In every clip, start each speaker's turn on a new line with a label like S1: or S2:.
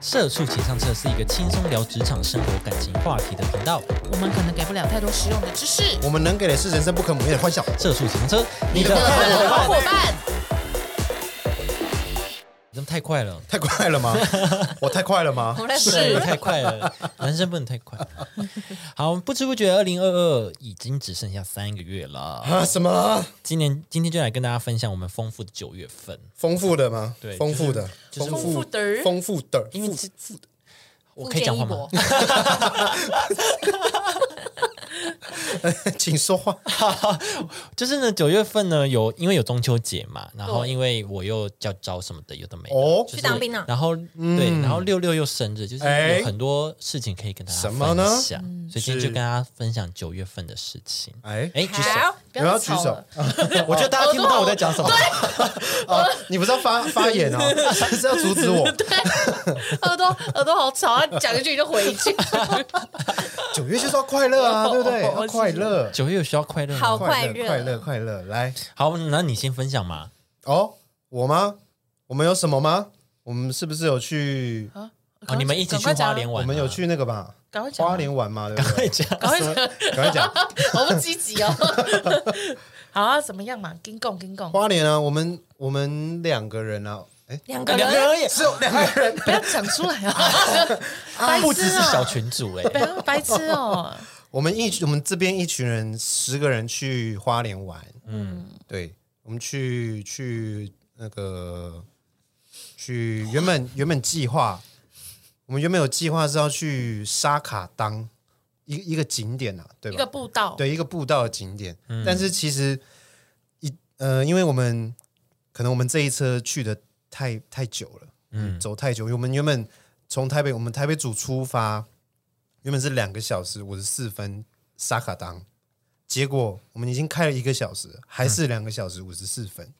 S1: 社畜情商车是一个轻松聊职场、生活、感情话题的频道。
S2: 我们可能给不了太多实用的知识。
S3: 我们能给的是人生不可磨灭的欢 笑。
S1: 社畜情商车，你
S2: 的
S1: 的快乐
S2: 好
S1: 伙伴，
S2: 伙伴，
S1: 你怎么太快了？
S3: 太快了 吗？我太快了吗
S2: 我？们来
S1: 对
S2: 试。
S1: 太快了，人生不能太快。好，不知不觉，二零二二已经只剩下三个月了。
S3: 啊，什么
S1: 今年今天就来跟大家分享我们丰富的九月份，
S3: 丰富的吗？
S1: 对
S3: 丰富的，
S1: 就是
S3: 丰
S2: 丰富的
S3: 丰富的，
S1: 因为
S3: 富
S1: 这我
S2: 物
S1: 可以讲
S2: 见一
S1: 话吗
S2: 博？，
S3: 请说话。
S1: 就是呢，九月份呢有因为有中秋节嘛，然后
S2: 对
S1: 因为我又叫招什么的，有的没的
S3: 哦
S1: 就是
S2: 去当兵啊
S1: 然后对，然后六六又生日，就是
S3: 哎
S1: 有很多事情可以跟大家
S3: 什
S1: 分
S3: 么呢
S1: 享，所以今天就跟大家分享九月份的事情。
S3: 哎，
S1: 哎，举手，
S2: 好，不要再
S3: 举
S2: 吵
S3: 手
S2: 了。 哦
S3: 我觉得大家听不到我在讲什么。 啊，你不是要发发 言哦，是是要阻止我。
S2: 耳朵耳朵好吵，他讲一句你就回一句，
S3: 九月就是要快乐
S2: 哦
S3: 啊，对不对？
S2: 我
S3: 要快乐，
S1: 九月有需要快乐吗？
S2: 好
S3: 快
S2: 快乐
S3: 快乐，快乐。来，
S1: 好，那你先分享嘛。
S3: 哦，我吗？我们有什么吗？我们是不是有去？
S1: 哦， 你们一起去
S2: 赶快讲
S1: 花
S2: 啊
S1: 莲玩，
S3: 我们有，去那个吧？
S2: 赶快讲啊
S3: 花莲玩嘛，对不
S1: 快
S3: 对？
S1: 讲。
S2: 赶快讲，
S3: 赶快讲。
S2: 我不积极哦。 好啊，怎么样嘛？跟共跟共，
S3: 花莲啊，我们我们两个人啊，哎，
S2: 两个
S1: 两个人
S2: 人
S1: 而已，
S3: 只有两个人，
S2: 不要讲出来 啊！白
S1: 不只
S2: 痴
S1: 是小
S2: 哦，
S1: 群主哎、
S2: 不要白痴 哦。
S3: 我们一我们这边一群人十个人去花莲玩，嗯，对，我们去去那个去原本原本计划，我们原本有计划是要去沙卡当一一个景点啊，对
S2: 一个
S3: 吧？
S2: 步
S1: 哦
S2: 道，
S3: 对，一个步道的景点，
S1: 嗯
S3: 但是其实一呃，因为我们可能我们这一车去的太太久了，嗯，走太久，因为我们原本从台北，我们台北组出发，原本是两个小时五十四分沙卡当，结果我们已经开了一个小时，还是两个小时五十四分，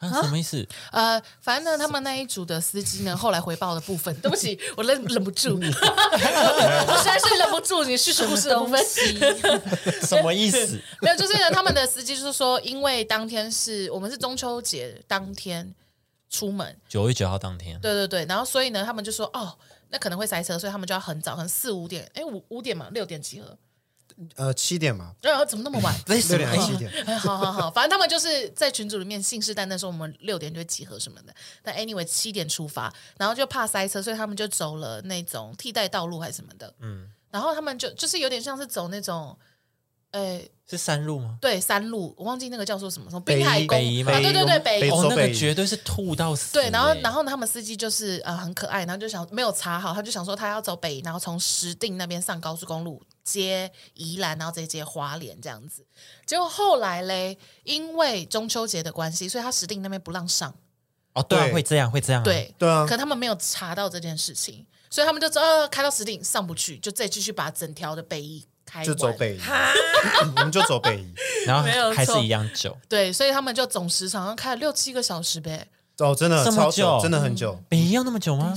S1: 啊，什么意思？
S2: 呃，反正呢，他们那一组的司机呢，后来回报的部分，对不起，我忍忍不住， 我实在是忍不住你叙述故事的部分。
S1: 什么意思？
S2: 没有，就是呢，他们的司机就是说，因为当天是我们是中秋节当天出门，
S1: 九月九号当天，
S2: 对对对，然后所以呢，他们就说哦，那可能会塞车，所以他们就要很早，可能四五点，哎五五点嘛，六点集合，
S3: 呃，七点嘛，
S2: 然后怎么那么晚？
S1: 嗯为
S3: 六点还是七点？
S2: 哎， 好好好，反正他们就是在群组里面信誓旦旦说我们六点就会集合什么的，但 anyway 七点出发，然后就怕塞车，所以他们就走了那种替代道路还是什么的，嗯，然后他们就就是有点像是走那种，哎，
S1: 是山路吗？
S2: 对，山路，我忘记那个叫做什么，什么
S3: 北
S2: 滨海
S3: 宜
S2: 公
S1: 北宜
S2: 啊，
S1: 吗
S2: 对对对，北宜
S3: 北
S1: 哦，那个
S3: 北
S1: 绝对是吐到死、
S2: 对，然后
S1: 欸
S2: 然后呢他们司机就是呃很可爱，然后就想没有查好，他就想说他要走北宜，然后从石碇那边上高速公路接宜兰，然后再接花莲这样子。结果后来嘞，因为中秋节的关系，所以他石碇那边不让上，
S1: 哦，对啊，
S3: 对
S1: 会这样，会这样、啊，
S2: 对，
S3: 对啊
S2: 可他们没有查到这件事情，所以他们就走呃开到石碇上不去，就再继续把整条的北宜
S1: 哎
S2: 开
S3: 就走
S2: 完
S3: 北移， 我们就走北移。
S1: 然
S2: 没
S1: 后
S2: 有
S1: 还是
S2: 错
S1: 一样久。
S2: 对，所以他们就总时长开了六七个小时呗。
S3: 哦，真的
S1: 这么
S3: 超
S1: 久
S3: 真的很久，
S1: 北宜要那么久吗？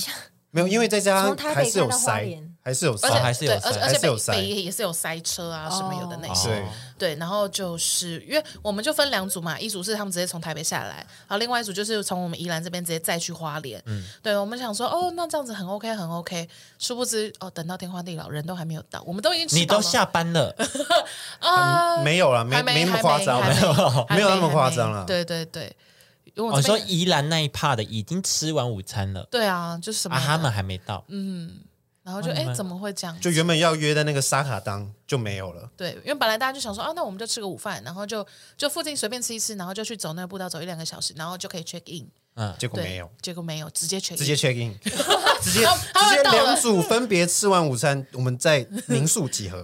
S3: 没有，因为在家
S4: 从台北
S3: 还是有
S4: 看到花
S3: 塞
S4: 莲，
S3: 啊还是有
S2: 而
S3: 塞
S2: 且，
S1: 哦还是有
S2: 对，
S1: 塞
S2: 而且
S3: 还
S2: 而
S3: 是
S2: 且
S3: 有塞
S2: 北北宜也是有塞车啊，什么有的那些。
S1: 哦
S3: 对
S2: 对，然后就是因为我们就分两组嘛，一组是他们直接从台北下来，然后另外一组就是从我们宜兰这边直接再去花莲。嗯，对，我们想说哦，那这样子很 OK，很 OK。殊不知哦，等到天荒地老，人都还没有到，我们都已经吃
S1: 你
S2: 饱
S1: 都
S2: 了
S1: 下班了，
S2: 啊、
S3: 没有啦，没
S2: 还没
S3: 那么
S2: 还
S3: 夸张，
S2: 还 还
S3: 没有那么
S2: 还
S3: 夸张啦。
S2: 对对对，因为
S1: 哦，
S2: 我
S1: 你
S2: 这
S1: 说
S2: 边、
S1: 宜兰那一 part 的已经吃完午餐了，
S2: 对啊，就是什么嗯
S1: 啊，
S2: 的、
S1: 他们还没到，
S2: 然后就
S1: 哦你
S2: 哎
S1: 们
S2: 怎么会这样？
S3: 就原本要约在那个沙卡当就没有了，
S2: 对，因为本来大家就想说，啊，那我们就吃个午饭，然后就就附近随便吃一吃，然后就去走那个步道走一两个小时，然后就可以 check in。
S1: 嗯，
S3: 结果
S2: 对，
S3: 没有，
S2: 结果没有，直接 check in，
S3: 直接 check in，直接
S2: 他他们
S3: 直接
S2: 到了
S3: 两组分别吃完午餐，我们在民宿集合，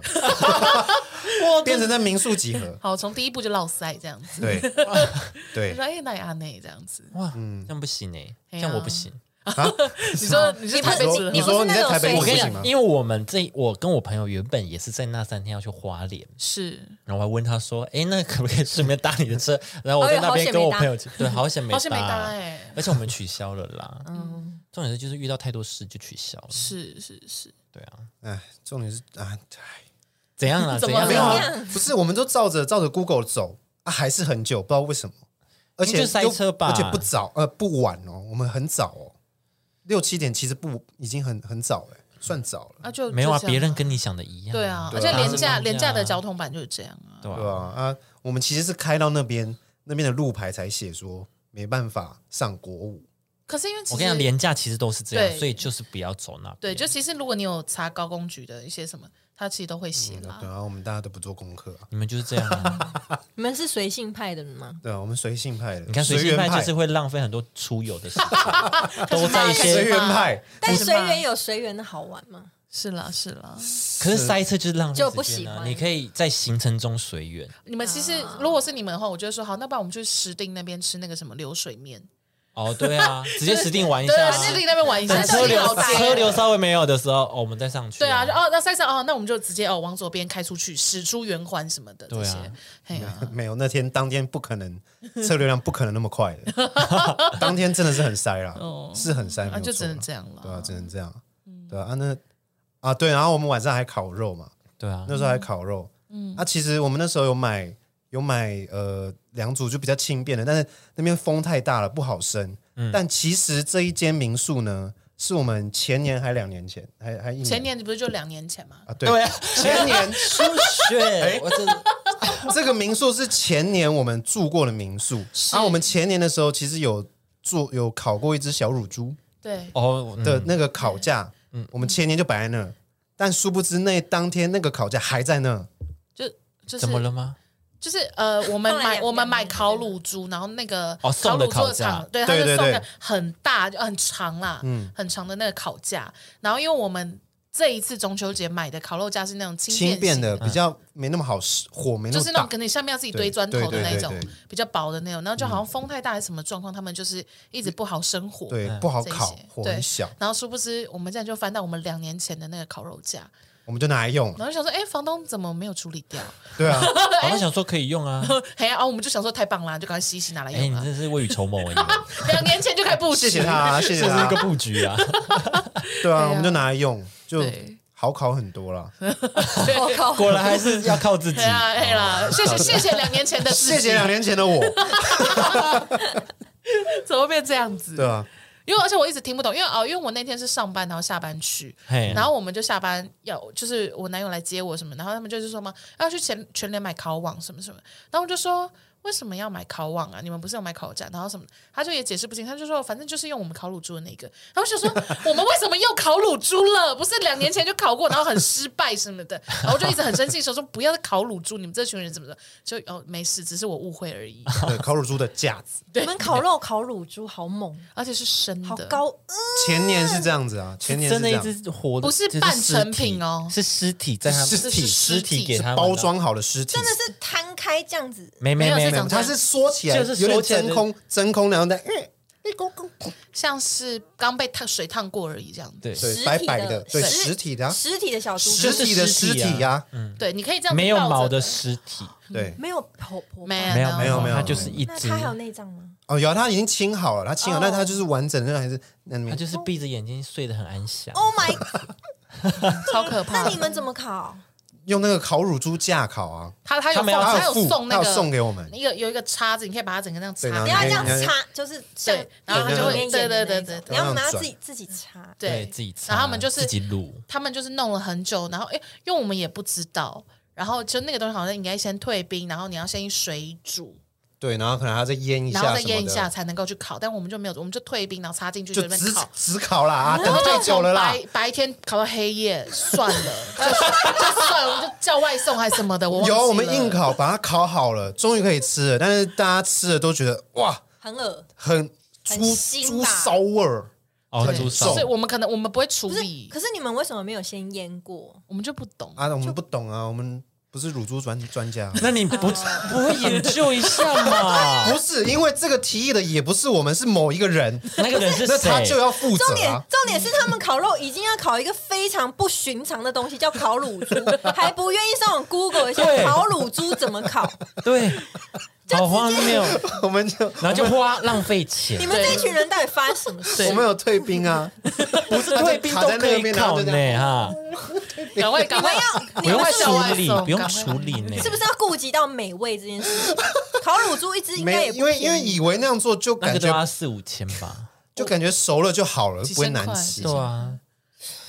S3: 变成在民宿集合，
S2: 好，从第一步就落塞这样 子。
S3: 对
S2: 我
S3: 对
S2: 说哎，那也阿内这样子，
S1: 哇，
S3: 嗯
S1: 这样不行哎、这样
S2: 哎呀
S1: 我不行。
S3: 啊，
S2: 你说你是台北
S3: 说
S2: 市
S3: 你说你在台北
S4: 你
S1: 我
S3: 不
S1: 跟你
S3: 行吗
S1: 讲，？因为我们这我跟我朋友原本也是在那三天要去花莲，
S2: 是
S1: 然后我还问他说：“哎，那可不可以顺便搭你的车？” 然后我在那边跟我朋友去，对，好险没
S2: 哦好险没搭
S1: 搭，
S2: 哎，嗯
S1: 而且我们取消了啦。重点是就是遇到太多事就取消了，
S2: 是是是，
S1: 对啊，
S3: 哎，重点是啊，哎
S1: 怎样啦？
S2: 怎
S1: 怎
S2: 么
S1: 样
S3: 没有
S1: 啦？
S3: 啊，不是，我们都照着照着 Google 走啊，还是很久，不知道为什么，而且
S1: 就塞
S3: 又
S1: 车吧
S3: 而且不早，呃，不晚哦，我们很早哦，六七点其实不已经很很早了，算早了，
S2: 啊就
S1: 没有啊，
S2: 就这样
S1: 别人跟你想的一样。
S2: 对啊，而
S3: 对
S2: 且
S3: 啊
S2: 廉价
S1: 是不一样啊
S2: 廉价的交通版就是这样啊，
S1: 对
S3: 对
S1: 吧？
S3: 吧？啊，我们其实是开到那边，那边的路牌才写说没办法上国五，
S2: 可是因为其
S1: 我跟你讲，
S2: 实
S1: 廉价其实都是这样，
S2: 啊对
S1: 所以就是不要走那边。
S2: 对，就其实如果你有查高工局的一些什么，他其实都会写啦
S3: 对。啊，我们大家都不做功课啊，
S1: 你们就是这样啊。
S4: 你们是随性派的人吗？
S3: 对啊，我们随性派的，
S1: 你看随
S3: 随
S1: 性
S3: 缘
S1: 派
S3: 派
S1: 就是会浪费很多出游的时间， 都在一
S3: 随
S1: 些。
S3: 缘派，
S4: 但
S2: 是
S4: 随
S2: 吧
S4: 缘有随缘的好玩吗？
S2: 是啦是啦，
S1: 可是塞车就是浪费
S4: 就不
S1: 时
S4: 喜
S1: 间啊！
S4: 欢
S1: 你可以在行程中随 缘，
S2: 你们其
S1: 啊
S2: 实如果是你们的话，我就会说好，那不然我们去石碇那边吃那个什么流水面，
S1: 哦，对啊，直接实地玩一下
S2: 对啊，
S1: 啊。
S2: 石碇那边玩一下，
S1: 等车
S2: 石碇
S1: 流
S2: 老街
S1: 车流稍微没有的时候，哦，我们再上去。
S2: 对啊，就哦，那塞车哦，那我们就直接哦往左边开出去，驶出圆环什么的这
S1: 对啊
S3: 嗯
S2: 些，嘿啊，
S3: 没有，那天当天不可能，车流量不可能那么快的， 当天真的是很塞啦，是很塞，没
S2: 啊
S3: 有
S2: 就只
S3: 错啦
S2: 能这样嗯
S3: 对啊，
S2: 了。
S3: 只能这样，对啊，啊那啊对，然后我们晚上还烤肉嘛，
S1: 对啊，
S3: 那时候还烤肉，嗯，啊其实我们那时候有买有买呃两组就比较轻便的，但是那边风太大了不好生，但其实这一间民宿呢，是我们前年还两年前还还一年
S2: 前年不是就两年前嘛？
S3: 啊对
S1: 对啊，
S3: 前年
S1: 数学，我真的
S3: 这个民宿是前年我们住过的民宿，啊，我们前年的时候其实有做有烤过一只小乳猪
S2: 对，
S1: 哦，嗯
S3: 的那个烤架，嗯，我们前年就摆在那儿，但殊不知那当天那个烤架还在那儿，
S2: 就就是
S1: 怎么了吗？
S2: 就是呃，我们
S4: 后来
S2: 买
S4: 两
S2: 我们买
S4: 两年
S2: 烤乳猪，然后那个
S1: 哦送的
S2: 乳猪
S1: 烤
S2: 的
S1: 架
S2: 厂，对，他
S3: 对
S2: 就
S3: 对
S2: 送
S3: 对嗯
S2: 的很大就哦很长啦，很长的那个烤架。然后因为我们这一次中秋节买的烤肉架是那种轻
S3: 轻便
S2: 型
S3: 的，比较没那么好火，没那
S2: 就
S3: 么
S2: 是那
S3: 大
S2: 种，可能下面要自己
S3: 对
S2: 堆砖头的
S3: 对对
S2: 那种
S3: 对对，嗯
S2: 比较薄的那种。然后就好像风太大还是什么状况，他们就是一直不好生火。
S3: 对，不好
S2: 嗯这一
S3: 烤
S2: 些，
S3: 火
S2: 对
S3: 很小，
S2: 然后殊不知，我们现在就翻到我们两年前的那个烤肉架，
S3: 我们就拿来用，
S2: 然后就想说，哎，房东怎么没有处理掉？
S3: 对啊，
S1: 好像想说可以用啊，
S2: 嘿啊，我们就想说太棒啦，就赶快洗一洗拿来
S1: 哎，
S2: 用
S1: 你
S2: 啊。
S1: 真是未雨绸缪 啊，
S2: 两年前就开始布置，
S3: 谢谢他，啊谢
S1: 你
S3: 谢
S1: 这是一个
S3: 他，
S1: 布局 啊。
S3: 对
S2: 对
S3: 啊，
S2: 啊
S3: 我们就拿来用，就
S2: 对
S3: 好烤很多了，
S4: 我靠，
S1: 果然还是要靠自己
S2: 对。啊啦，对啦，谢谢谢谢两年前的自己，
S3: 哦谢谢两年前 的我，
S2: 怎么会变这样子？
S3: 对啊，
S2: 因为而且我一直听不懂，因为哦，因为我那天是上班，然后下班去，
S1: 嘿
S2: 然后我们就下班要，就是我男友来接我什么，然后他们就是说嘛，要去全全联买烤网什么什么，然后我就说为什么要买烤网啊？你们不是有买烤架，然后什么，他就也解释不清，他就说反正就是用我们烤乳猪的那个，然后我想说我们为什么又烤乳猪了？不是两年前就烤过，然后很失败什么的， 然后我就一直很生气，说说不要再烤乳猪，你们这群人怎么的？就哦没事，只是我误会而已，
S3: 对，烤乳猪的架子，
S4: 你们烤肉烤乳猪好猛，
S2: 而且是生的，
S4: 好高，呃
S3: 前年是这样子啊，前年是
S1: 真的
S3: 这
S1: 一
S3: 样。
S1: 只活的，
S2: 不是半成品哦
S1: 就是尸体是尸体在他
S3: 是
S1: 体
S2: 是
S1: 尸体给
S3: 是
S1: 他们的
S3: 包，装好的尸体，
S4: 真的是摊开这样子，
S1: 没没
S2: 没有
S1: 没没
S2: 是长
S1: 有，
S2: 这
S3: 它
S2: 样
S3: 是缩起
S1: 就
S3: 来，
S1: 是
S3: 有
S1: 缩
S3: 点
S1: 起来
S3: 真空，真空，然后再嗯，
S2: 像是刚被烫水烫过而已，这样子。
S1: 对，
S3: 对
S4: 实体
S3: 白
S4: 的
S3: 白的，对，
S4: 实
S3: 实体的啊，
S4: 实体的小猪，
S3: 实体
S1: 就
S3: 的
S1: 是尸
S3: 尸
S1: 体啊
S3: 体呀，
S2: 对，你可以这样子
S1: 没有
S2: 抱着
S1: 毛的尸体，
S3: 对，
S4: 没有婆婆
S2: 没有
S4: 吧
S1: 没有
S2: 没有
S1: 没
S2: 没
S1: 有，它
S2: 有
S1: 就是一
S4: 那
S1: 只，
S4: 它还有
S1: 它
S4: 内脏吗？
S3: 哦，有啊，它已经清好了，它清好，
S4: 哦
S3: 但它就是完整的，还是那里面
S1: 就是闭着眼睛睡得很安详。
S4: Oh my！
S2: 超可怕
S4: 那
S2: 的。
S4: 你们怎么烤？
S3: 用那个烤乳猪架烤啊，
S2: 他他有
S1: 他没有他
S2: 放
S3: 有
S2: 他有
S3: 附
S2: 送那
S3: 他
S2: 个
S3: 有送给我们
S2: 一个有一个叉 子，你可以把它整个那样
S3: 对然
S2: 插
S4: 不
S3: 后
S4: 要
S2: 掉。
S4: 这样插，就是像
S2: 对然后
S3: 它就会
S4: 里面演的那
S2: 对对
S4: 种
S2: 对对对
S4: 你要拿
S3: 然后
S4: 自己自己插。
S1: 对
S2: 对
S1: 自己擦，
S2: 然后他们就是
S1: 自己撸，
S2: 他们就是弄了很久，然后哎，因为我们也不知道，然后就那个东西好像应该先退冰，然后你要先水煮，
S3: 对，然后可能还要再腌一下，
S2: 然后再腌一下，才能够去烤。但我们就没有，我们就退冰，然后插进去
S3: 就
S2: 随便
S3: 只
S2: 烤。
S3: 只烤啦，啊，等
S2: 然后
S3: 太
S2: 就
S3: 久
S2: 从
S3: 了啦
S2: 白，白天烤到黑夜，算了，就就算了，我们就叫外送还是什么的。我忘记
S3: 有我们
S2: 了
S3: 硬烤，把它烤好了，终于可以吃了，但是大家吃了都觉得哇，
S4: 很恶，
S3: 很
S4: 很
S3: 猪
S4: 腥
S3: 猪
S4: 吧
S3: 骚味儿，
S1: 哦，
S2: 对
S1: 猪
S2: 就
S1: 手
S2: 是，我们可能我们不会处
S4: 不是？
S2: 理，
S4: 可是你们为什么没有先腌过？
S2: 我们就不懂。
S3: 啊，我们不懂啊，我们不是乳猪专专家。啊
S1: 那你不不会研究一下
S3: 不
S1: 吗？
S3: 是，因为这个提议的也不是我们，是某一个人，
S1: 那个人是
S3: 那他
S1: 谁？
S3: 就要负
S4: 重
S3: 责
S4: 点
S3: 啊。
S4: 重点是他们烤肉已经要烤一个非常不寻常的东西，叫烤乳 猪，还不愿意上网 Google 一下
S1: 对
S4: 烤乳猪怎么烤？
S1: 对，好荒谬，
S3: 我们就
S1: 然后就花浪费钱
S4: 你。们这群人到底发生什么事？
S3: 我们有退兵啊，
S1: 不是退兵
S3: 卡
S1: 都
S3: 在那
S1: 可
S3: 个啊
S1: 以
S3: 边然后
S1: 烤
S3: 就这
S1: 呢哈，
S2: 赶快赶
S4: 你
S2: 快
S4: 们要
S1: 不
S4: 你们
S1: 用
S2: 快叫
S1: 处
S2: 外
S1: 理，
S2: 送
S1: 不用
S2: 赶快
S1: 处理呢，
S4: 是不是要顾及到美味这件事情？烤乳猪一只应该
S3: 没
S4: 也不
S3: 因为因
S4: 便
S3: 为
S4: 宜
S3: 以为那样做就
S1: 那
S3: 感
S1: 个都啊
S3: 觉
S1: 要四五千吧？
S3: 就感觉熟了就好了，
S2: 几
S3: 不会
S2: 千
S3: 难
S2: 块
S3: 吃。
S1: 对啊，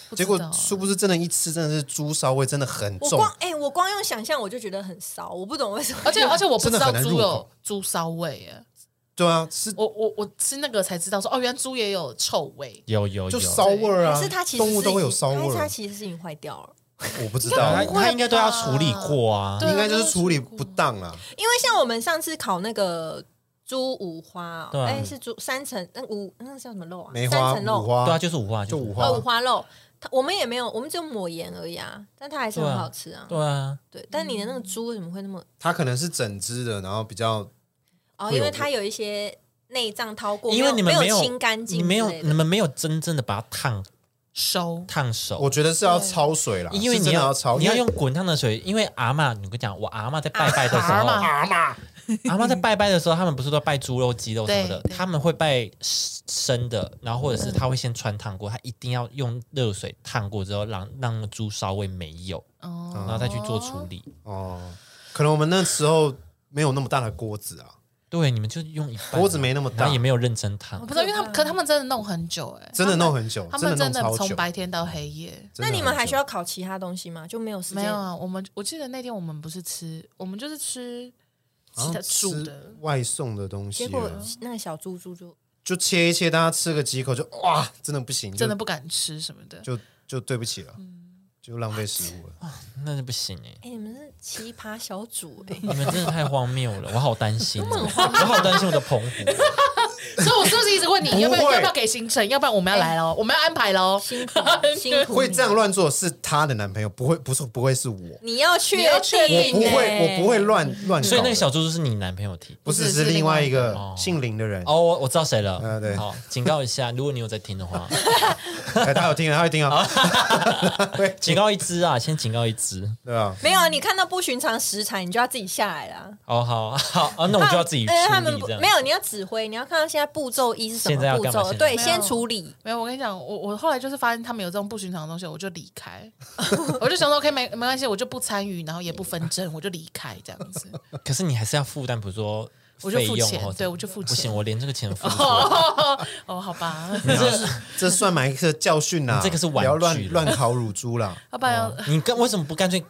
S2: 不知
S3: 结
S2: 道
S3: 果
S2: 啊
S3: 殊不知真的，一吃真的是猪骚味，真的很
S4: 我
S3: 重
S4: 光。哎、我光用想象我就觉得很骚，我不懂为什么。
S2: 而且而且我不
S3: 真
S2: 知
S3: 的
S2: 道
S3: 很难入
S2: 猪
S3: 口
S2: 有猪骚味耶，
S3: 对啊，是
S2: 我我我吃那个才知道说哦，原来猪也有臭味。
S1: 有有
S3: 就
S1: 有，
S3: 骚味儿啊。
S4: 还是它其实
S3: 动物都会有骚味
S4: 还是它
S3: 儿，
S4: 其实是已经坏掉了。
S3: 我不知
S1: 他
S3: 道，
S2: 不会吧
S1: 他应该都要处理过啊。
S2: 对啊
S3: 应该就是处理不当啊。
S4: 因为像我们上次烤那个猪五花、
S1: 对
S4: 哦，
S1: 啊
S4: 哎、是猪三层那五那个叫什么肉啊？
S3: 梅
S4: 三
S3: 花、
S4: 层
S3: 五
S4: 肉，
S1: 对
S3: 花
S1: 啊，就是五花，
S3: 就五花
S4: 呃，五花肉。它我们也没有，我们只有抹盐而已啊，但它还是
S1: 对
S4: 很
S1: 啊嗯
S4: 好吃啊。
S1: 对啊，
S4: 对，但你的那个猪为什么会那么？
S3: 它可能是整只的，然后比较
S4: 哦，
S3: 会有
S4: 因为它有一些内脏掏过，
S1: 因为你们
S4: 没
S1: 有
S4: 清干净
S1: 你
S4: 之
S1: 没
S4: 类的，
S1: 有你们没有真正的把它烫
S2: 熟，
S1: 烫熟
S3: 我。觉得是要焯水啦，
S1: 因为
S3: 是
S1: 你
S3: 真的要
S1: 要
S3: 焯，
S1: 你要
S3: 因为
S1: 用滚烫的水，因为阿嬷，你跟你讲，我阿嬷在拜拜的
S4: 啊
S1: 时
S2: 阿
S1: 候，
S2: 嬷
S1: 阿嬷，阿嬷在拜拜的时候，他们不是都拜猪肉、鸡肉什么的
S2: 对，对
S1: 他们会拜生的，然后或
S4: 嗯
S1: 者是他会先穿烫过，他一定要用热水烫过之后，让让那个猪稍微没有，
S2: 哦，
S3: 嗯
S1: 然后再去做处理。
S3: 哦，可能我们那时候没有那么大的锅子啊，
S1: 对，你们就用一半啊，
S3: 锅子没那么
S1: 然
S3: 大
S1: 后也，没有认真烫
S4: 哦
S2: 我。不知道，因为他们可他们真的弄很久哎，
S3: 真的弄很久，
S2: 他们
S3: 的
S2: 真
S3: 弄
S2: 的
S3: 超久
S2: 从。白天到黑夜。
S3: 真的
S4: 那
S3: 很
S4: 你们还需
S3: 久
S4: 要烤其他东西吗？就没有时
S2: 没
S4: 间？
S2: 有啊，我们我记得那天我们不是吃，我们就是吃吃
S3: 好像
S2: 的煮
S3: 吃
S2: 的，
S3: 外送的东西
S4: 结
S3: 啊，
S4: 果那个小猪猪就
S3: 就切一切，大家吃个几口就哇，真的不行，就
S2: 真的嗯不敢吃什么的。
S3: 就就对不起了，就浪费食物了。
S1: 那就不行哎、
S4: 哎、你们是奇葩小组 哎、
S1: 你们真的太荒谬了，我好担 心哦，我好担心我的澎湖。
S2: 所以我是不是一直 问你
S3: 不会
S2: 要不要要不要给行程？要不然我们要来喽，我们要安排喽。
S4: 哎辛 苦辛苦，
S3: 会这样乱做是她的男朋友，不会不是不会是我，
S4: 你要确
S2: 你要确定
S4: 定
S3: 不
S4: 欸
S3: 会我不会乱乱搞的。
S1: 所以那个小猪猪是你男朋友提的
S3: 不
S2: 不
S3: 是
S2: 是
S3: 是
S2: 是
S3: 另
S2: 另
S3: 外
S2: 外
S3: 一
S2: 一
S3: 个姓林的人，
S1: 哦，我我知道谁了。
S3: 啊对
S1: 好，警告一下，如果你有在听的 话，
S3: 哎，他有听啊，他有听
S1: 哦
S3: 啊，
S1: 警告一只啊，先警告一只。
S3: 对吧？
S4: 没有啊，你看到不寻常食材，你就要自己下来啦。
S1: 哦，好好啊，那我就要自己处
S4: 呃他们
S1: 理
S4: 不
S1: 这样。
S4: 没有，你要指挥，你要看到现在步骤一是什
S1: 现在
S4: 么
S1: 要
S4: 步
S1: 干嘛
S4: 骤，
S1: 现在
S4: 对，
S2: 没有
S4: 先处理。
S2: 没有，我跟你讲，我我后来就是发现他们有这种不寻常的东西，我就离开， 我就想说 OK 没没关系，我就不参与，然后也不纷争，我就离开这样 子。
S1: 可是你还是要负担，比如说
S2: 我就
S1: 费
S2: 付
S1: 用
S2: 钱
S1: 哦。
S2: 对我就付
S1: 不行，
S2: 钱
S1: 我连这个钱付不出来。
S2: 哦，哦好吧，
S3: 这算买一个教训啦，
S1: 你这个是
S3: 不
S1: 玩具
S3: 要
S1: 了
S3: 乱乱烤乳猪啦。
S2: 要不然
S1: 你干为什么不干脆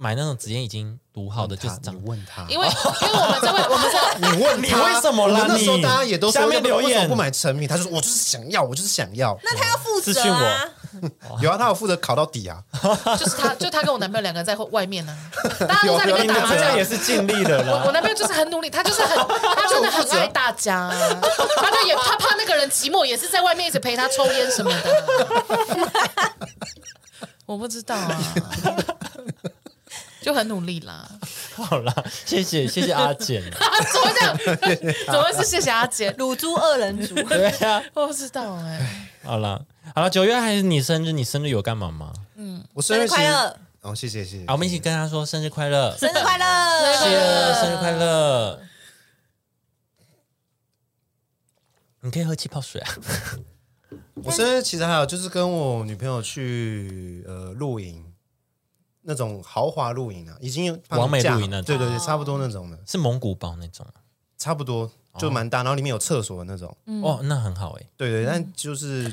S1: 买那种直接已经读好的，就是
S3: 他
S1: 这
S3: 你
S1: 样？
S3: 问他，
S2: 因为因为我们这位我们这
S3: 啊你问
S1: 你
S3: 他
S1: 为什么啦
S3: 我们那时候
S1: 你
S3: 大家也都说
S1: 下面
S3: 要不然
S1: 留言
S3: 为什么不买成品，他就说我就是想要，我就是想要。
S4: 那他要负
S1: 私
S4: 责
S1: 讯
S4: 啊
S1: 我！
S3: 有啊，他有负责烤到底啊，
S2: 就是他，就他跟我男朋友两个人在外面呢， 大家都在那
S3: 有
S2: 边
S3: 有
S2: 打麻
S3: 你们这样
S2: 将
S3: 也。
S1: 是尽力了
S2: 我我。男朋友就是很努力，他就是很，他真的很爱大家，他就也他怕那个人寂寞，也是在外面一直陪他抽烟什么的。我不知道啊，就很努力啦。
S1: 好啦，谢谢谢谢阿 简。
S2: 怎么会这样？怎么会是谢谢阿姐？
S4: 乳猪二人组，
S1: 对啊，
S2: 我不知道哎、
S1: 好啦好了，九月还是你生日，你生日有干嘛吗？
S3: 我生
S4: 生
S3: 日
S4: 日
S3: 其实
S4: 快乐，
S3: 哦，谢谢谢谢
S1: 啊，我。们一起跟他说生日快乐，
S4: 生日快乐！
S1: 谢谢生日快乐。你可以喝气泡水啊！
S3: 我生日其实还有就是跟我女朋友去呃露营，那种豪华露营啊，已经有
S1: 完美露营那种哦
S3: 对对对，差不多那种的，
S1: 是蒙古包那种啊、
S3: 差不多就蛮大，然后里面有厕所的那种。
S2: 嗯
S1: 哦，那很好哎、
S3: 对对，但就是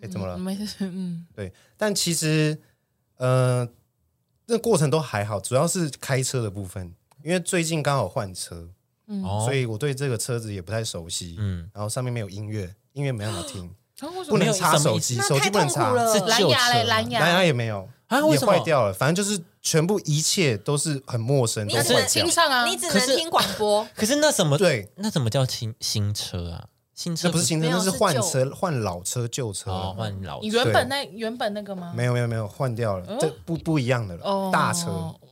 S3: 哎怎么了
S2: 欸，？没事，嗯，
S3: 对，但其实呃，那过程都还好，主要是开车的部分，因为最近刚好换车，
S1: 哦，
S3: 嗯所以我对这个车子也不太熟悉。
S1: 嗯，
S3: 然后上面没有音乐，音乐没办法听，
S2: 然后为什
S3: 不
S2: 么
S1: 没
S3: 能
S1: 有
S3: 插
S1: 什么
S3: 手
S1: 意
S3: 机，
S1: 思
S3: 手机不能插，
S1: 是
S2: 蓝牙嘞？
S1: 旧车
S2: 蓝
S3: 蓝牙
S2: 牙，
S3: 也没有
S1: 啊为
S3: 也
S1: 什么
S3: 坏掉了，反正就是全部一切都是很陌生
S4: 你
S3: 都
S4: 只
S1: 是
S3: 坏掉
S4: 能
S2: 清。唱啊，
S4: 你只
S1: 可
S4: 能
S1: 是
S4: 听广播，
S1: 可是那什么
S3: 对，
S1: 那怎么叫新新车啊？新车
S3: 这不是新车，
S4: 没有
S3: 那是
S4: 是
S3: 换
S4: 旧
S3: 车，换老车、旧车。
S1: 哦，换老
S2: 你
S1: 车
S2: 原本那原本那个吗？
S3: 没有没有没有，换掉了，这不不一样的了，
S2: 哦，
S3: 大车。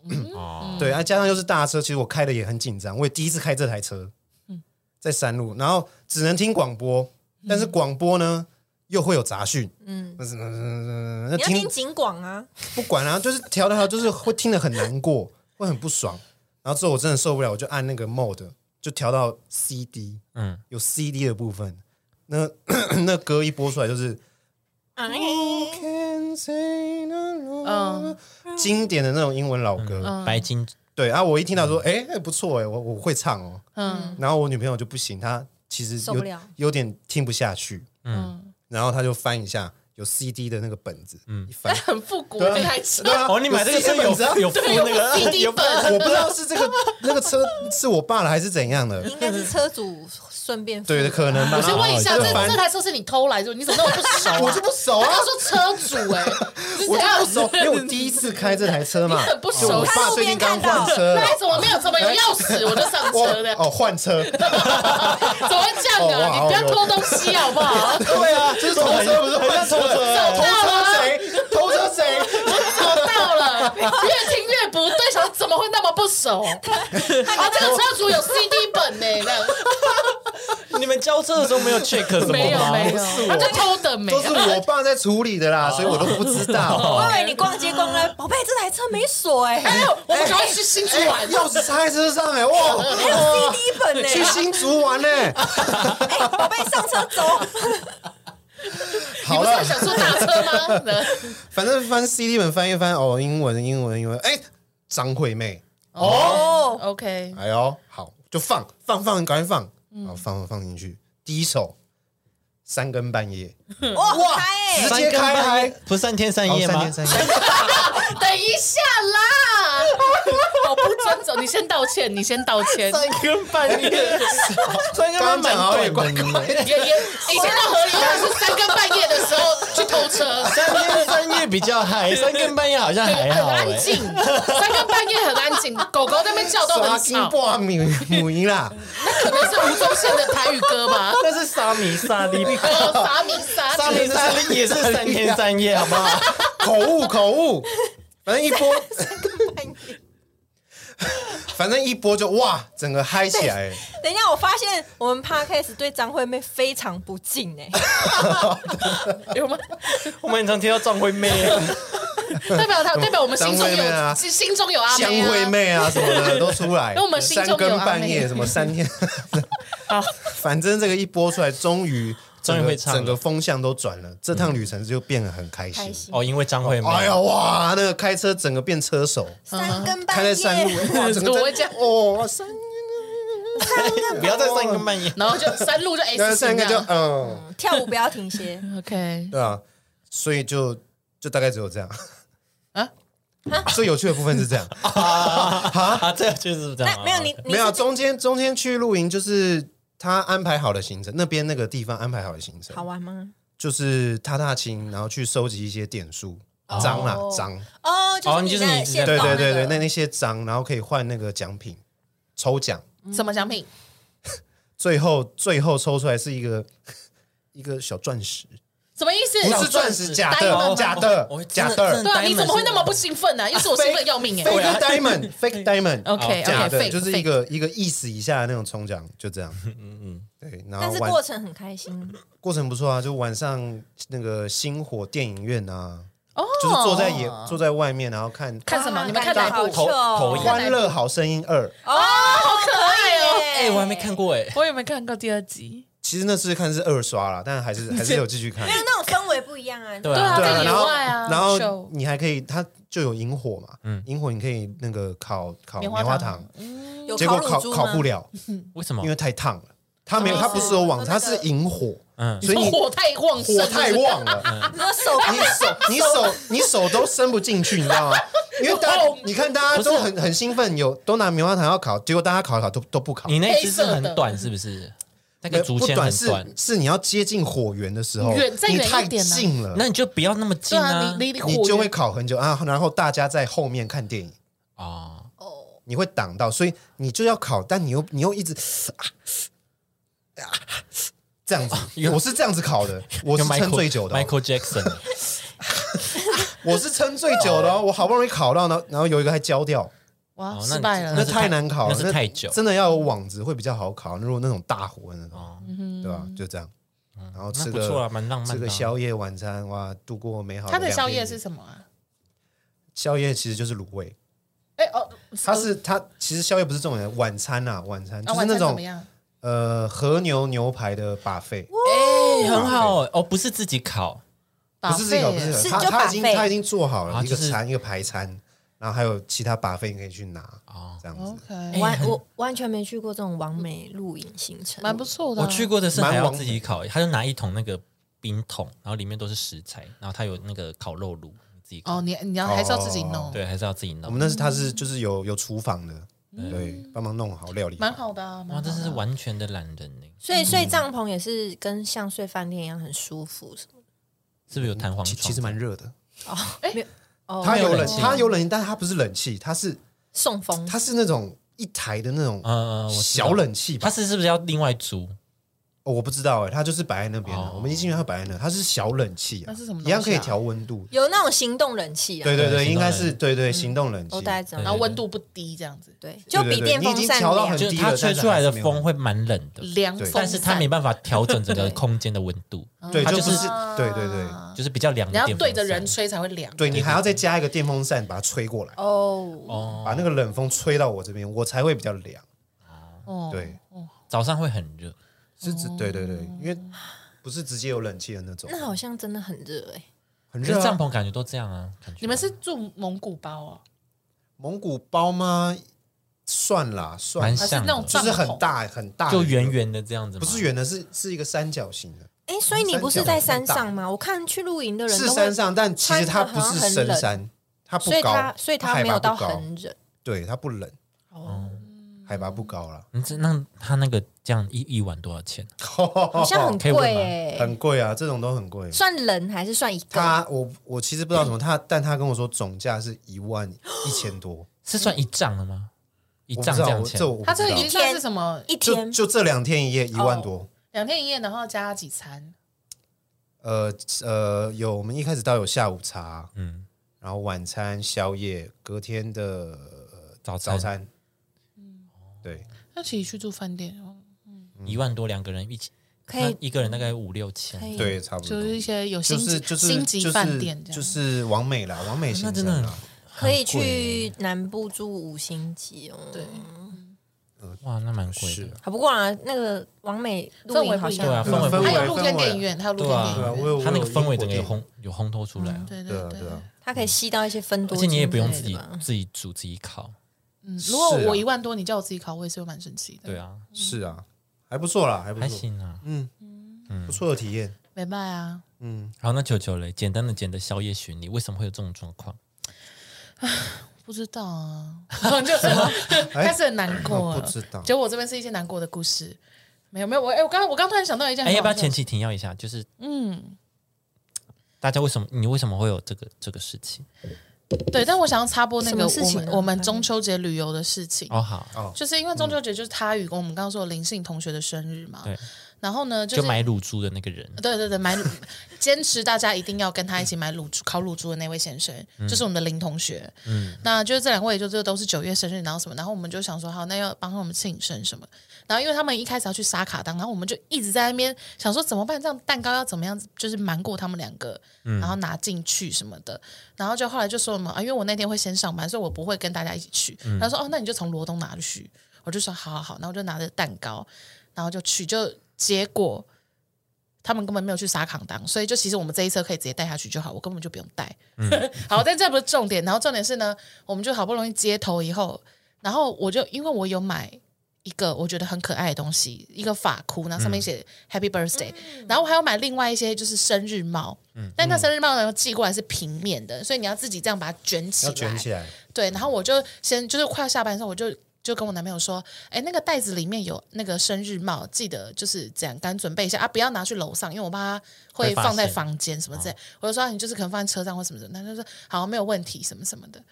S4: 嗯
S1: 哦，
S3: 对，啊，加上又是大车，其实我开的也很紧张，我也第一次开这台车，
S4: 嗯
S3: 在山路，然后只能听广播，但是广播呢又会有杂讯，嗯，那
S4: 你要听警广啊！
S3: 不管啊，就是调调调，就是会听得很难过， 会很不爽。然后之后我真的受不了，我就按那个 mode 就调到 CD，
S1: 嗯
S3: 嗯，有 CD 的部分，那 那歌一播出来就是
S4: 哎
S3: You can say no, no，
S2: 嗯
S3: 经典的那种英文老歌，
S1: 白金
S3: 对啊，我一听到说，哎、哎不错哎、我我会唱哦。
S2: 嗯，
S3: 然后我女朋友就不行，她其实
S4: 受
S3: 有
S4: 不了
S3: 有点听不下去，
S2: 嗯，
S3: 然后他就翻一下有 CD 的那个本子，一翻，
S2: 很复古
S3: 对啊
S2: 这台 车，
S3: 对啊
S1: 嗯哦，你买这个车有
S3: 有 CD 本子啊
S1: 有附那个
S2: 对
S1: 有
S2: 有
S1: 附
S2: 附 CD 本
S3: 我不知道是这个那个车是我爸的还是怎样 的，
S4: 应该是车主顺便付
S3: 对，
S4: 的
S3: 可能吧。
S2: 我先问一下，
S3: 就
S2: 这
S3: 翻
S2: 这台车是你偷来的？你怎么那么不熟啊？
S3: 我就不熟啊
S2: 他刚说车主 哎，你
S3: 我
S2: 怎样
S3: 就不熟，因为我第一次开这台车嘛，
S2: 你很不熟
S3: 我爸最近刚换车了
S2: 那， 还怎么没有？怎么有钥匙？我就上车的
S3: 哦，哦换车，
S2: 怎么会这样
S3: 哦哇
S2: 啊？你不要偷东西好不好？
S3: 对啊，就是偷车不是换车，
S2: 找
S3: 偷
S2: 到
S3: 车
S2: 了，
S3: 谁？偷车谁？
S2: 找到了，越听越不对，想说怎么会那么不熟？啊，这个车主有 CD 本呢，这 样
S1: 你们交车的时候没有 check 什么吗？
S2: 没有没有
S1: 是，
S2: 他就
S1: 我
S2: 偷的没
S3: 都是我爸在处理的
S2: 哦
S3: 啦，所以我都不知道。
S4: 我以为你逛街逛到，宝贝，这台车没锁哎、
S2: 哎呦，我们赶快去新竹
S3: 哎
S2: 玩，
S3: 钥匙插在车上哎，哇 哇，
S4: 第一本哎、
S3: 去新竹玩呢。
S4: 哎、宝贝上车走，
S2: 你
S3: 好
S2: 不是
S3: 了
S2: 很，想坐大车 吗？
S3: 反正翻 CD 本翻一翻，哦，英文英文英文，哎，张惠妹，
S4: 哦，
S2: OK，
S3: 哎呦，好，就放放放，赶快放，
S2: 嗯
S3: 好放放放进去，第一首。三更半夜，
S4: 哇，很嗨哎、
S3: 直接开嗨，
S1: 不是三天三夜
S3: 好
S1: 吗
S3: 三天？三夜，
S2: 等一下啦， 我哦不遵守，你先道歉，你先道歉。
S1: 更半夜，三更
S3: 刚刚
S1: 半
S3: 讲好像也
S1: 蛮
S3: 怪
S1: 短的。
S3: 怪的，
S2: 也也以前到河里面是三更半夜的时候去偷车，
S1: 三天三夜比较嗨，三更半夜好像还
S2: 很
S1: 好
S3: 欸
S1: 哎、
S2: 安静，三更半夜很安静，狗狗在那边叫都
S3: 刷
S2: 很
S3: 新
S2: 吵，
S3: 半米母音啦，
S2: 可能是吴宗宪的台语歌 吧，
S1: 那是沙弥萨利，
S2: 呃，啥名啥
S1: 沙弥萨利也是三天三夜，好不好？
S3: 口误口误，反正一波， 反正一波就哇，整个嗨起来，
S4: 等一下，我发现我们 podcast 对张惠妹非常不敬哎、
S2: 有吗？
S1: 我们很常听到张惠妹，
S2: 代表他代表我们心中
S3: 张惠妹啊
S2: 有心中有阿
S3: 江
S2: 妹
S3: 惠
S2: 啊，
S3: 妹啊什么的都出来，
S2: 因为我们心
S3: 三
S2: 中有
S3: 更
S2: 阿
S3: 半
S2: 妹哦
S3: 夜什么三 天，反正这个一播出来，终于
S1: 终于会唱了
S3: 整个风向都转了，这趟旅程就变得很开
S4: 开
S3: 心。
S4: 心。
S1: 哦，因为张惠妹，
S3: 哎呀哇，那个开车整个变车手，
S4: 三更
S3: 开
S4: 半
S3: 在
S4: 夜，
S3: 山路，哇，整个
S2: 我
S3: 在
S2: 会这样
S3: 哦，山
S1: 不要再三更半夜。
S2: 然后就山路就 S
S3: 三
S2: 型
S3: 个就
S2: 啊
S3: 嗯。
S4: 跳舞不要停歇
S2: OK，
S3: 对啊，所以就就大概只有这样
S2: 啊
S3: 啊。最有趣的部分是 这样，
S1: 啊，这就是这样
S4: 那
S1: 啊。
S4: 没有你，你
S3: 没有
S4: 是
S3: 中间中间去露营，就是他安排好的行程，那边那个地方安排好的行程
S4: 好，玩吗？
S3: 就是踏踏青，然后去收集一些点数
S1: 哦
S3: 章啦章，
S4: 哦，就
S1: 哦
S4: 是
S1: 就是
S4: 在
S1: 你
S4: 现
S3: 对
S4: 报
S3: 对对
S4: 那
S3: 对，
S4: 个
S3: 那那些章，然后可以换那个奖品抽奖，
S2: 嗯什么奖品？
S3: 最后最后抽出来是一个 一个小钻石，
S2: 什么意思？
S1: 哦
S3: 不是钻石，假
S2: Diamond
S3: 的
S2: 吗
S3: 假的
S1: 我真的
S3: 假
S1: 真的
S3: 的
S2: 对啊，你怎么会那么不兴奋呢？又是我兴奋要命哎。
S3: ，fake diamond fake diamond，
S2: OK
S3: 假
S2: OK，
S3: 的，就是一个一个意思以下的那种冲奖，就这样。 嗯嗯，对。然
S4: 但
S3: 后
S4: 是
S3: 晚
S4: 过程很开心，
S3: 过程不错啊，就晚上那个星火电影院啊，
S2: 哦，
S3: 就是坐在野坐在外面，然后看《
S2: 看什么？
S4: 哇
S2: 你们啊看
S4: 啊感
S2: 哪
S4: 觉好
S2: 部？
S1: 头
S4: 秀哦
S1: 头眼？
S2: 看哪一
S3: 欢乐好声音二》。
S4: 哦，好可爱哦！
S1: 哎，我还没看过哎。
S2: 我也没看过第二集。
S3: 其实那次看是二刷啦，但还是还是有继续看
S4: 没。有那种氛围不一样啊。
S1: 对
S2: 对啊
S1: 啊，
S3: 对啊，
S2: 在野
S3: 然后
S2: 外啊
S3: 然后
S2: 秀
S3: 你还可以，它就有萤火嘛，
S1: 嗯
S3: 萤火你可以那个烤烤
S2: 棉
S3: 棉
S2: 花
S3: 花
S2: 糖
S3: 糖，
S4: 有
S3: 结果
S4: 烤
S3: 烤
S4: 乳猪吗
S3: 烤不了，
S1: 为什么
S3: 因？为太烫了。它没有，
S4: 哦
S3: 它不是有网，
S4: 那
S3: 它
S4: 个
S3: 是萤火，
S1: 嗯，
S3: 所以你
S2: 火太旺盛，
S3: 火太旺了。
S4: 你说手
S3: 你手你手你手都伸不进去，你知道吗？因为大家你看大家都很很兴奋，有都拿棉花糖要烤，结果大家烤一烤都都不烤。
S1: 你那只
S2: 黑
S1: 是
S2: 色的
S1: 很短，是不是？那
S3: 呃
S1: 个竹
S3: 不
S1: 签
S3: 短
S1: 很
S3: 是
S1: 短，
S3: 是你要接近火源的时候，
S2: 远再
S3: 你
S2: 远
S3: 太
S2: 一点啊
S3: 近了，
S1: 那你就不要那么
S2: 对
S1: 近
S2: 啊，
S1: 啊。
S2: 你你
S3: 你
S2: 火
S3: 就会烤很久啊。然后大家在后面看电影，
S1: 哦，
S4: 哦，
S3: 你会挡到，所以你就要烤，但你又你又一直啊啊这样
S1: 哦
S3: 子，我是这样子烤的，我是
S1: 跟 Michael-
S3: 撑最久的哦，
S1: Michael Jackson，
S3: 我是撑最久的哦，我好不容易烤到，然后然后有一个还焦掉。
S2: 哇
S1: 哦那
S2: 失败
S1: 那
S3: 那
S2: 了
S1: 是，
S3: 太难烤了，
S1: 那是太久
S3: 真的要有网子会比较好烤。如果那种大火的那种，对吧？就这样，然后
S1: 哦那
S3: 吃
S1: 不
S3: 个
S1: 错啊，蛮浪漫的啊。
S3: 吃个宵夜晚餐，哇，度过美好。
S2: 他的宵夜是什么啊？
S3: 宵夜其实就是卤味，
S2: 哎哦，
S3: 它是它其实宵夜不是重点，晚餐啊，晚餐
S2: 啊
S3: 就是那
S2: 晚餐怎么
S3: 种
S2: 样？
S3: 呃和牛牛排的把费，
S1: 哎，很好哦，不是自己烤，
S2: 把
S3: 不是这个，不
S2: 费
S3: 是
S4: 是
S3: 这个，它
S4: 就
S3: 它已经
S4: buffet
S3: 它已经做好
S1: 啊
S3: 了一
S1: 就
S3: 个
S1: 是
S3: 餐一个排餐，然后还有其他把费你可以去拿
S1: 哦，
S3: 这样子。
S4: 我
S2: OK，
S4: 完我完全没去过这种完美露营行程，
S2: 蛮不错的啊。
S1: 我去过的是还
S3: 蛮
S1: 要
S3: 王
S1: 自己烤，他就拿一桶那个冰桶，然后里面都是食材，然后它有那个烤肉炉，你自己烤
S2: 哦，你你要还是要自己
S3: 哦
S2: 弄，
S1: 对，还是要自己
S3: 我
S1: 弄
S3: 们。那是他是
S2: 嗯
S3: 就是有有厨房的，对，帮忙弄好料理。
S2: 蛮好的啊，蛮
S1: 哇，
S2: 好的
S1: 这
S2: 啊
S1: 是完全的懒人欸呢，
S4: 所以睡帐篷也是跟像睡饭店一样很舒服，是吗？
S1: 是不是有弹簧
S3: 其
S1: 床？
S3: 其实蛮热的，
S4: 哦
S3: 它有
S1: 没有
S3: 冷
S1: 冷，气
S3: 它有冷气，但它不是冷气，它是
S4: 送风，
S3: 它是那种一台的那种
S1: 嗯，嗯嗯，我知道
S3: 小，冷气吧
S1: 它？是是不是要另外租？
S3: 哦我不知道哎，它就是摆在那边
S1: 哦
S3: 的。我们一进去它摆在那，它是小冷气啊，
S2: 那是什么东西啊
S3: 一样可以调温度。
S4: 有那种行动冷气啊，
S3: 对对
S1: 对
S3: 对，
S1: 行动
S3: 应该
S1: 冷
S3: 是
S1: 气
S3: 对对行动冷气
S4: 嗯都。大概这
S2: 然
S4: 样，
S2: 后温度不低这样子，
S4: 对，
S3: 对
S4: 就
S3: 对
S4: 比
S3: 对
S4: 电
S3: 你
S4: 风
S3: 已经
S4: 扇
S3: 调到
S4: 凉
S3: 很
S1: 就是
S3: 低
S1: 它
S3: 了
S1: 吹
S3: 但是
S1: 出来
S3: 还是
S1: 的
S3: 没有
S1: 风会蛮冷的，
S2: 凉
S3: 对
S2: 风
S1: 但是它
S2: 扇
S1: 没办法调整整个
S4: 对
S1: 空间的温度，
S3: 对，
S1: 它
S3: 就
S1: 就是
S3: 不是对对对
S4: 哦
S1: 就是比较凉
S2: 你
S1: 的
S2: 要
S1: 电风扇。
S2: 对着人吹才会凉。
S3: 对，你还要再加一个电风扇把它吹过来，
S4: 哦，
S1: 哦，
S3: 把那个冷风吹到我这边，我才会比较凉。
S2: 哦，
S3: 对，
S1: 早上会很热，
S3: 是指对对对，因为不是直接有冷气的那种，
S4: 那好像真的很热哎，
S3: 很
S1: 可
S3: 热
S1: 是
S3: 啊。
S1: 帐篷感觉都这样啊。感觉
S2: 你们是住蒙古包哦，
S3: 蒙古包吗？算啦，算
S1: 蛮
S3: 啦
S2: 还是
S1: 像
S2: 那
S1: 的
S2: 种
S3: 就
S2: 帐
S3: 是
S2: 篷
S3: 很，大很大，
S1: 就圆，圆的这样子吗？
S3: 不是圆的，是是一个三角形的，
S4: 哎，所以你不是在山
S3: 山
S4: 上
S3: 脚
S4: 吗？我看去露营的人
S3: 是
S4: 都会
S3: 山，上，但其实它
S4: 穿
S3: 不
S4: 着好像
S3: 是
S4: 很
S3: 深
S4: 冷
S3: 山，它不
S4: 所以
S3: 高
S4: 它，所以
S3: 它
S4: 它没有
S3: 海拔
S4: 到
S3: 不高
S4: 很冷
S3: 对，它不冷，
S4: 哦，
S3: 海拔不高啦，
S1: 你嗯这那他那个这样一一晚多少钱？
S4: 嗯好
S3: 好
S4: 像很
S1: 可以问
S4: 贵
S1: 吗
S2: 欸
S4: 哎，
S3: 很贵啊，这种都很贵。
S4: 算冷还是算一个？
S3: 他我我其实不知道什么，他但他跟我说总价是一万一千多，
S1: 是算一丈的吗？ 一
S3: 我不
S1: 丈
S3: 知
S1: 这
S3: 道
S1: 样
S3: 我
S1: 钱
S3: 这？我不
S2: 它
S3: 知
S2: 这
S3: 道
S2: 已经算是什么？
S4: 一
S3: 就
S4: 天
S3: 就这两天一夜一万多，
S2: 两天一夜，然后加几餐？
S3: 呃呃，有我们一开始到有下午茶，
S1: 嗯，
S3: 然后晚餐、宵夜，隔天的、呃
S1: 早餐
S3: 早餐，
S2: 嗯
S3: 对，
S2: 那其实去住饭店，哦
S1: 一万多两个人一起，
S4: 可以
S1: 那一个人大概五六千
S4: 可，以
S3: 对，差不多
S2: 嗯就。是一些有星
S3: 就
S2: 级
S3: 是就是
S2: 星级饭店这
S3: 就是就
S2: 样。
S3: 是王美啦，王美啊
S1: 那
S3: 先
S1: 真
S3: 生
S1: 的
S3: 啦，
S1: 很
S4: 可
S1: 很贵
S4: 以去南部住五星级哦。
S2: 对，
S1: 哇，那蛮贵
S3: 是
S1: 的
S3: 啊。
S4: 好，不过啊，那个王美露营好像
S1: 对啊，
S2: 氛
S1: 氛围
S3: 氛
S1: 不
S3: 围
S1: 一
S2: 嗯还有
S1: 样，
S2: 露天电影院，还有露天
S1: 对啊
S2: 电影院，
S3: 有
S1: 它那个
S3: 有
S1: 氛围
S3: 英国
S1: 整个有
S3: 电影
S1: 烘有烘托出来啊，
S2: 对
S3: 对啊
S2: 对
S3: 对啊，
S4: 它可以吸到一些分
S1: 而
S4: 嗯多
S1: 且
S4: 精之
S1: 你也
S4: 类的吧，
S1: 不用自己自己煮自己烤，
S2: 嗯，如果
S3: 是啊
S2: 我一万多，你叫我自己烤，我也是会蛮生气的。
S1: 对，啊，
S3: 是啊，还不错啦，还不
S1: 还
S3: 错，
S1: 行啊。
S3: 嗯，不错的体验，
S2: 没办法 啊，
S3: 嗯，
S1: 然后那球球嘞，简单的简的宵夜巡礼，为什么会有这种状况？
S2: 不知道啊，然后就是开始很难过
S3: 哎哦不
S2: 了。
S3: 知道
S2: 结果我这边是一些难过的故事，没有没有，我哎，我刚我刚突然想到一件
S1: 哎，
S2: 很
S1: 要
S2: 好
S1: 不
S2: 笑
S1: 要
S2: 的事，
S1: 前期停要一下？就是
S2: 嗯。
S1: 大家为什么你为什么会有这个这个事情？
S2: 对，但我想要插播那
S4: 什
S2: 个
S4: 么事
S2: 我
S4: 情
S2: 们
S4: 啊
S2: 我们中秋节旅游的事情，
S1: 哦，好，
S2: 就是因为中秋节就是他与我们刚刚说的林信同学的生日嘛，
S1: 对，
S2: 然后呢就。
S1: 就是买乳猪的那个人，
S2: 对对对，买坚持大家一定要跟他一起买卤猪烤卤猪的那位先生，就是我们的林同学。嗯，那就是这两位，就是都是九月生日，然后什么，然后我们就想说，好，那要帮他们庆生什么。然后因为他们一开始要去沙卡当，然后我们就一直在那边想说怎么办，这样蛋糕要怎么样，就是瞒过他们两个，然后拿进去什么的。然后就后来就说什么啊，因为我那天会先上班，所以我不会跟大家一起去。他说哦，那你就从罗东拿去。我就说好好好，然后我就拿着蛋糕，然后就去，就结果。他们根本没有去撒扛当，所以就其实我们这一车可以直接带下去就好，我根本就不用带。
S3: 嗯
S2: 好，但这不是重点。然后重点是呢，我们就好不容易接头以后，然后我就因为我有买一个我觉得很可爱的东西，一个发箍，然后上
S3: 嗯
S2: 面写 Happy Birthday，、然后我还有买另外一些就是生日帽，
S3: 嗯
S2: 但那生日帽呢寄过来是平面的，所以你要自己这样把它卷起
S3: 要
S2: 来，
S3: 卷起来，
S2: 对，然后我就先就是快要下班的时候，我就就跟我男朋友说，哎，那个袋子里面有那个生日帽，记得就是这样，干准备一下啊，不要拿去楼上，因为我怕他会
S1: 会发
S2: 放在
S1: 现哦
S2: 房间什么之类。我就说、啊你就是可能放在车上或什么什么，他就说好，没有问题，什么什么的。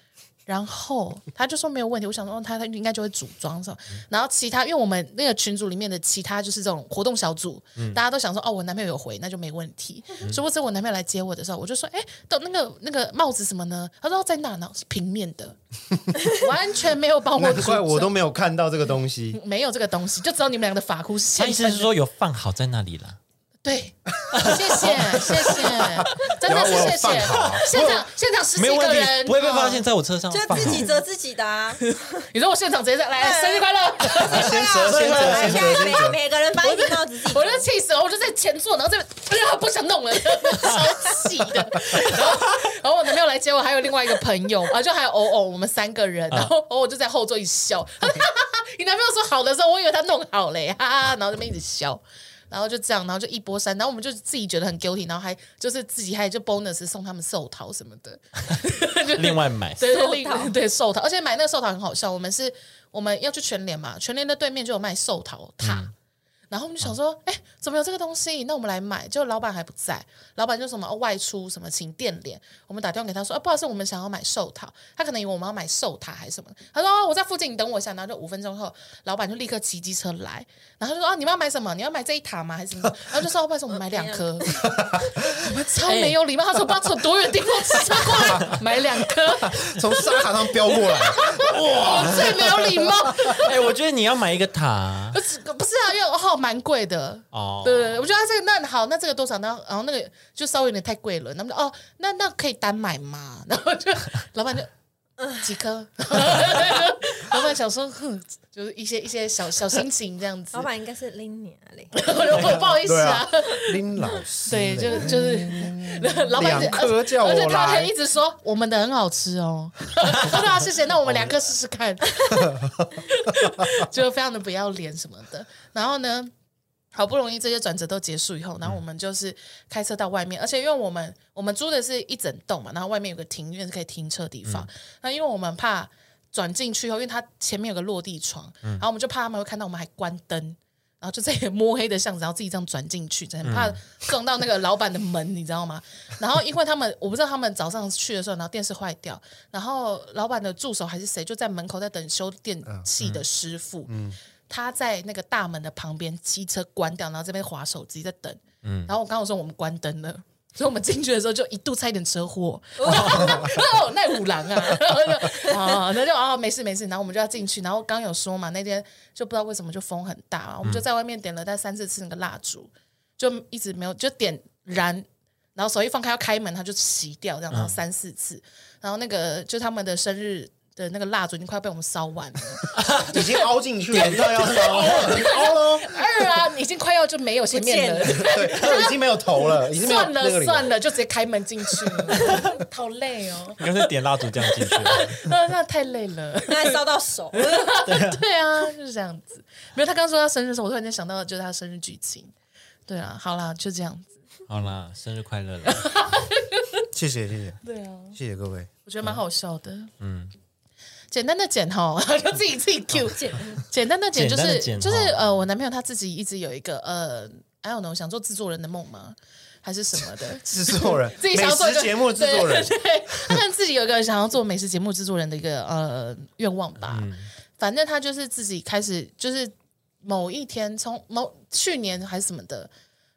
S2: 然后他就说没有问题，我想说哦他他应该就会组装什么，然后其他因为我们那个群组里面的其他就是这种活动小组，
S1: 嗯
S2: 大家都想说哦我男朋友有回那就没问题，殊不知我男朋友来接我的时候，我就说哎到那个那个帽子什么呢？他说哦在哪呢？是平 面的，完全没有帮哦我
S3: 难
S2: 组
S3: 怪
S2: 装，
S3: 我都没有看到这个 东西，
S2: 没有这个东西，就只有你们两个的发箍是
S1: 他
S2: 现
S1: 意思
S2: 成的
S1: 是说有放好在那里啦。
S2: 对，谢谢谢谢，真的是
S3: 有啊我有
S2: 谢
S3: 放
S2: 谢
S3: 好啊，
S2: 现场现场十
S1: 没有
S2: 几
S1: 问
S2: 个
S1: 题
S2: 人，
S1: 不会被
S2: 哦
S1: 发现，。在我车上
S4: 就
S1: 放
S4: 自己
S1: 好
S4: 折自己的啊。
S2: 你说我现场直接在
S1: 哎
S2: 来生日快乐，
S3: 先折先折
S4: 来
S3: 先
S4: 现
S3: 折
S4: 在
S3: 先折
S4: 每，每个人把一顶帽子自己
S2: 我就气死了，我就在前座，然后这边哎呀不想弄了， 超气的。然后然后我男朋友来接我，还有另外一个朋友啊，就还有偶偶，我们三个人，然后偶偶就在后 座一直笑。你男朋友说好的时候，我以为他弄好了呀，哈哈然后这边一直笑。然后就这样，然后就一波三，然后我们就自己觉得很 guilty，然后还就是自己还就 bonus 送他们寿桃什么的，
S1: 另外买，
S2: 对对
S4: 寿
S2: 另
S4: 桃
S2: 对寿桃，而且买那个寿桃很好笑，我们是我们要去全联嘛，全联的对面就有卖寿桃塔。然后我们就想说，哎、怎么有这个东西？那我们来买。就老板还不在，老板就什么、哦、外出什么，请店联。我们打电话给他说，啊，不好意思，我们想要买寿桃。他可能以为我们要买寿塔还是什么。他说、哦我在附近，你等我一下。然后就五分钟后，老板就立刻骑机车来，然后就说，啊，你们要买什么？你要买这一塔吗？还是什么？然后就说，哦不好意思，我们啊买两颗。我们 超没有礼貌，他说，不知道从多远的地方骑车 过来，买两颗。
S3: 从沙卡上飙 过来，
S2: 我最哦没有礼貌。
S1: 哎，我觉得你要买一个塔啊
S2: 不是不是啊，因为哦蛮贵的。
S1: 哦，
S2: 对对，对我觉得这个那好，那这个多少呢？然后那个就稍微有点太贵了。那么就哦，那那可以单买嘛？ 然后就老板就
S4: 呃
S2: 几颗， 老板想说，哼，就是一些一些小小心情这样子
S4: 老。板应该是啊 Lina 嘞，
S2: 我不好意思
S3: 对
S2: 啊
S3: 啊，，林老师
S2: 对，
S3: 嘞，
S2: 就就是
S4: 嗯
S2: 老板
S3: 两颗叫
S2: 而且
S3: 我
S2: 他还
S3: 来
S2: 一，直说我们的很好吃哦。 我说啊，谢谢，那我们两个试试看， 就非常的不要脸什么的。然后呢，好不容易这些转折都结束以后，然后我们就是开车到外面，而且因为我们我们租的是一整栋嘛，然后外面有个庭院是可以停车的地方。那因为我们怕转进去以后，因为它前面有个落地窗，然后我们就怕他们会看到我们还关灯。然后就在摸黑的巷子，然后自己这样转进去，很怕 撞到那个老板的门，你知道吗？然后因为他们，我不知道他们早上去的时候，然后电视坏掉，然后老板的助手还是谁就在门口在等修电器的师傅，他在那个大门的旁边机车关掉，然后这边划手机在等，
S3: 嗯
S2: 然后我刚刚说我们关灯了。 所以我们进去的时候就一度差一点车 祸，哦，那五郎啊， 然后就啊，那就啊，没事没事，然后我们就要进去，然后刚有说嘛，那天就不知道为什么就风很大嘛，我们就在外面点了大概三四次那个蜡烛，就一直没有就点燃，然后手一放开要开门，它就熄掉，这样，然
S3: 嗯
S2: 后三四次，然后那个就他们的生日的那个蜡烛已经快被我们烧完 了，
S3: 已经凹进去了，那要烧了，已经凹了，
S2: 二啊，已经快要就没有前面
S4: 不
S2: 的。
S3: 对，他已经没有 头了，已经没有
S2: 算
S3: 那个
S2: 了
S3: 脸
S2: 算了，就直接开门进去了， 好累哦，
S1: 你刚才点蜡烛这样进去，
S2: 那那太累 了。
S4: 那还烧到手，
S2: 对啊，就是这样子。没有，他刚说他生日的时候，我突然间想到就是他生日剧情。对啊，好啦，就这样子。
S1: 好啦，生日快乐 啦！
S3: 谢谢谢谢
S2: 对啊，
S3: 谢谢各位，
S2: 我觉得蛮好笑的。嗯，简 单的剪哈，就自己自己 Q
S4: 简
S2: 简单的剪就
S1: 简单
S2: 是
S1: 的剪
S2: 就是
S1: 哦
S2: 呃，我男朋友他自己一直有一个呃，I don't know，想做制作人的梦吗？还是什么的？
S3: 制作人，
S2: 自己
S3: 美
S2: 想要做一
S3: 食
S2: 个
S3: 节目制作人，
S2: 对 对对他可能自己有一个想要做美食节目制作人的一个呃愿望吧。
S3: 嗯
S2: 反正他就是自己开始，就是某一天从某去年还是什么的，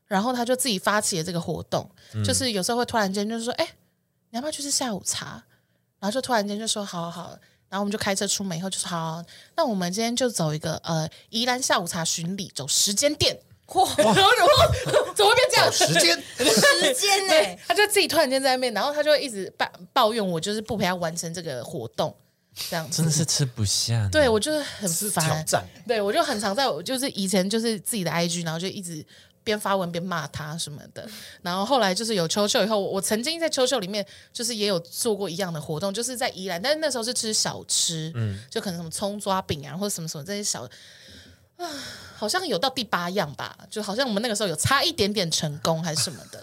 S2: 然后他就自己发起了这个活动，
S3: 嗯
S2: 就是有时候会突然间就是说，哎、你要不要去吃下午茶？然后就突然间就说，好好好。然后我们就开车出门以后就说，好好，那我们今天就走一个呃宜兰下午茶巡礼，走时间店。哇！ 然后然后 怎么会变这样？
S3: 时间
S4: 时间呢、
S2: 对，他就自己突然间在那边，然后他就一直抱抱怨我，就是不陪他完成这个活动，这样子
S1: 真的。是吃不下呢，
S2: 对，我就是很
S3: 挑
S2: 烦，
S3: 战，
S2: 对我就很常在我就是以前就是自己的 IG，然后就一直边发文边骂他什么的。然后后来就是有秋秋以后，我我曾经在秋秋里面就是也有做过一样的活动，就是在宜兰，但是那时候是吃小吃，嗯，就可能什么葱抓饼啊，或者什么什么这些小。啊，好像有到第八样吧，就好像我们那个时候有差一点点成功还是什么的，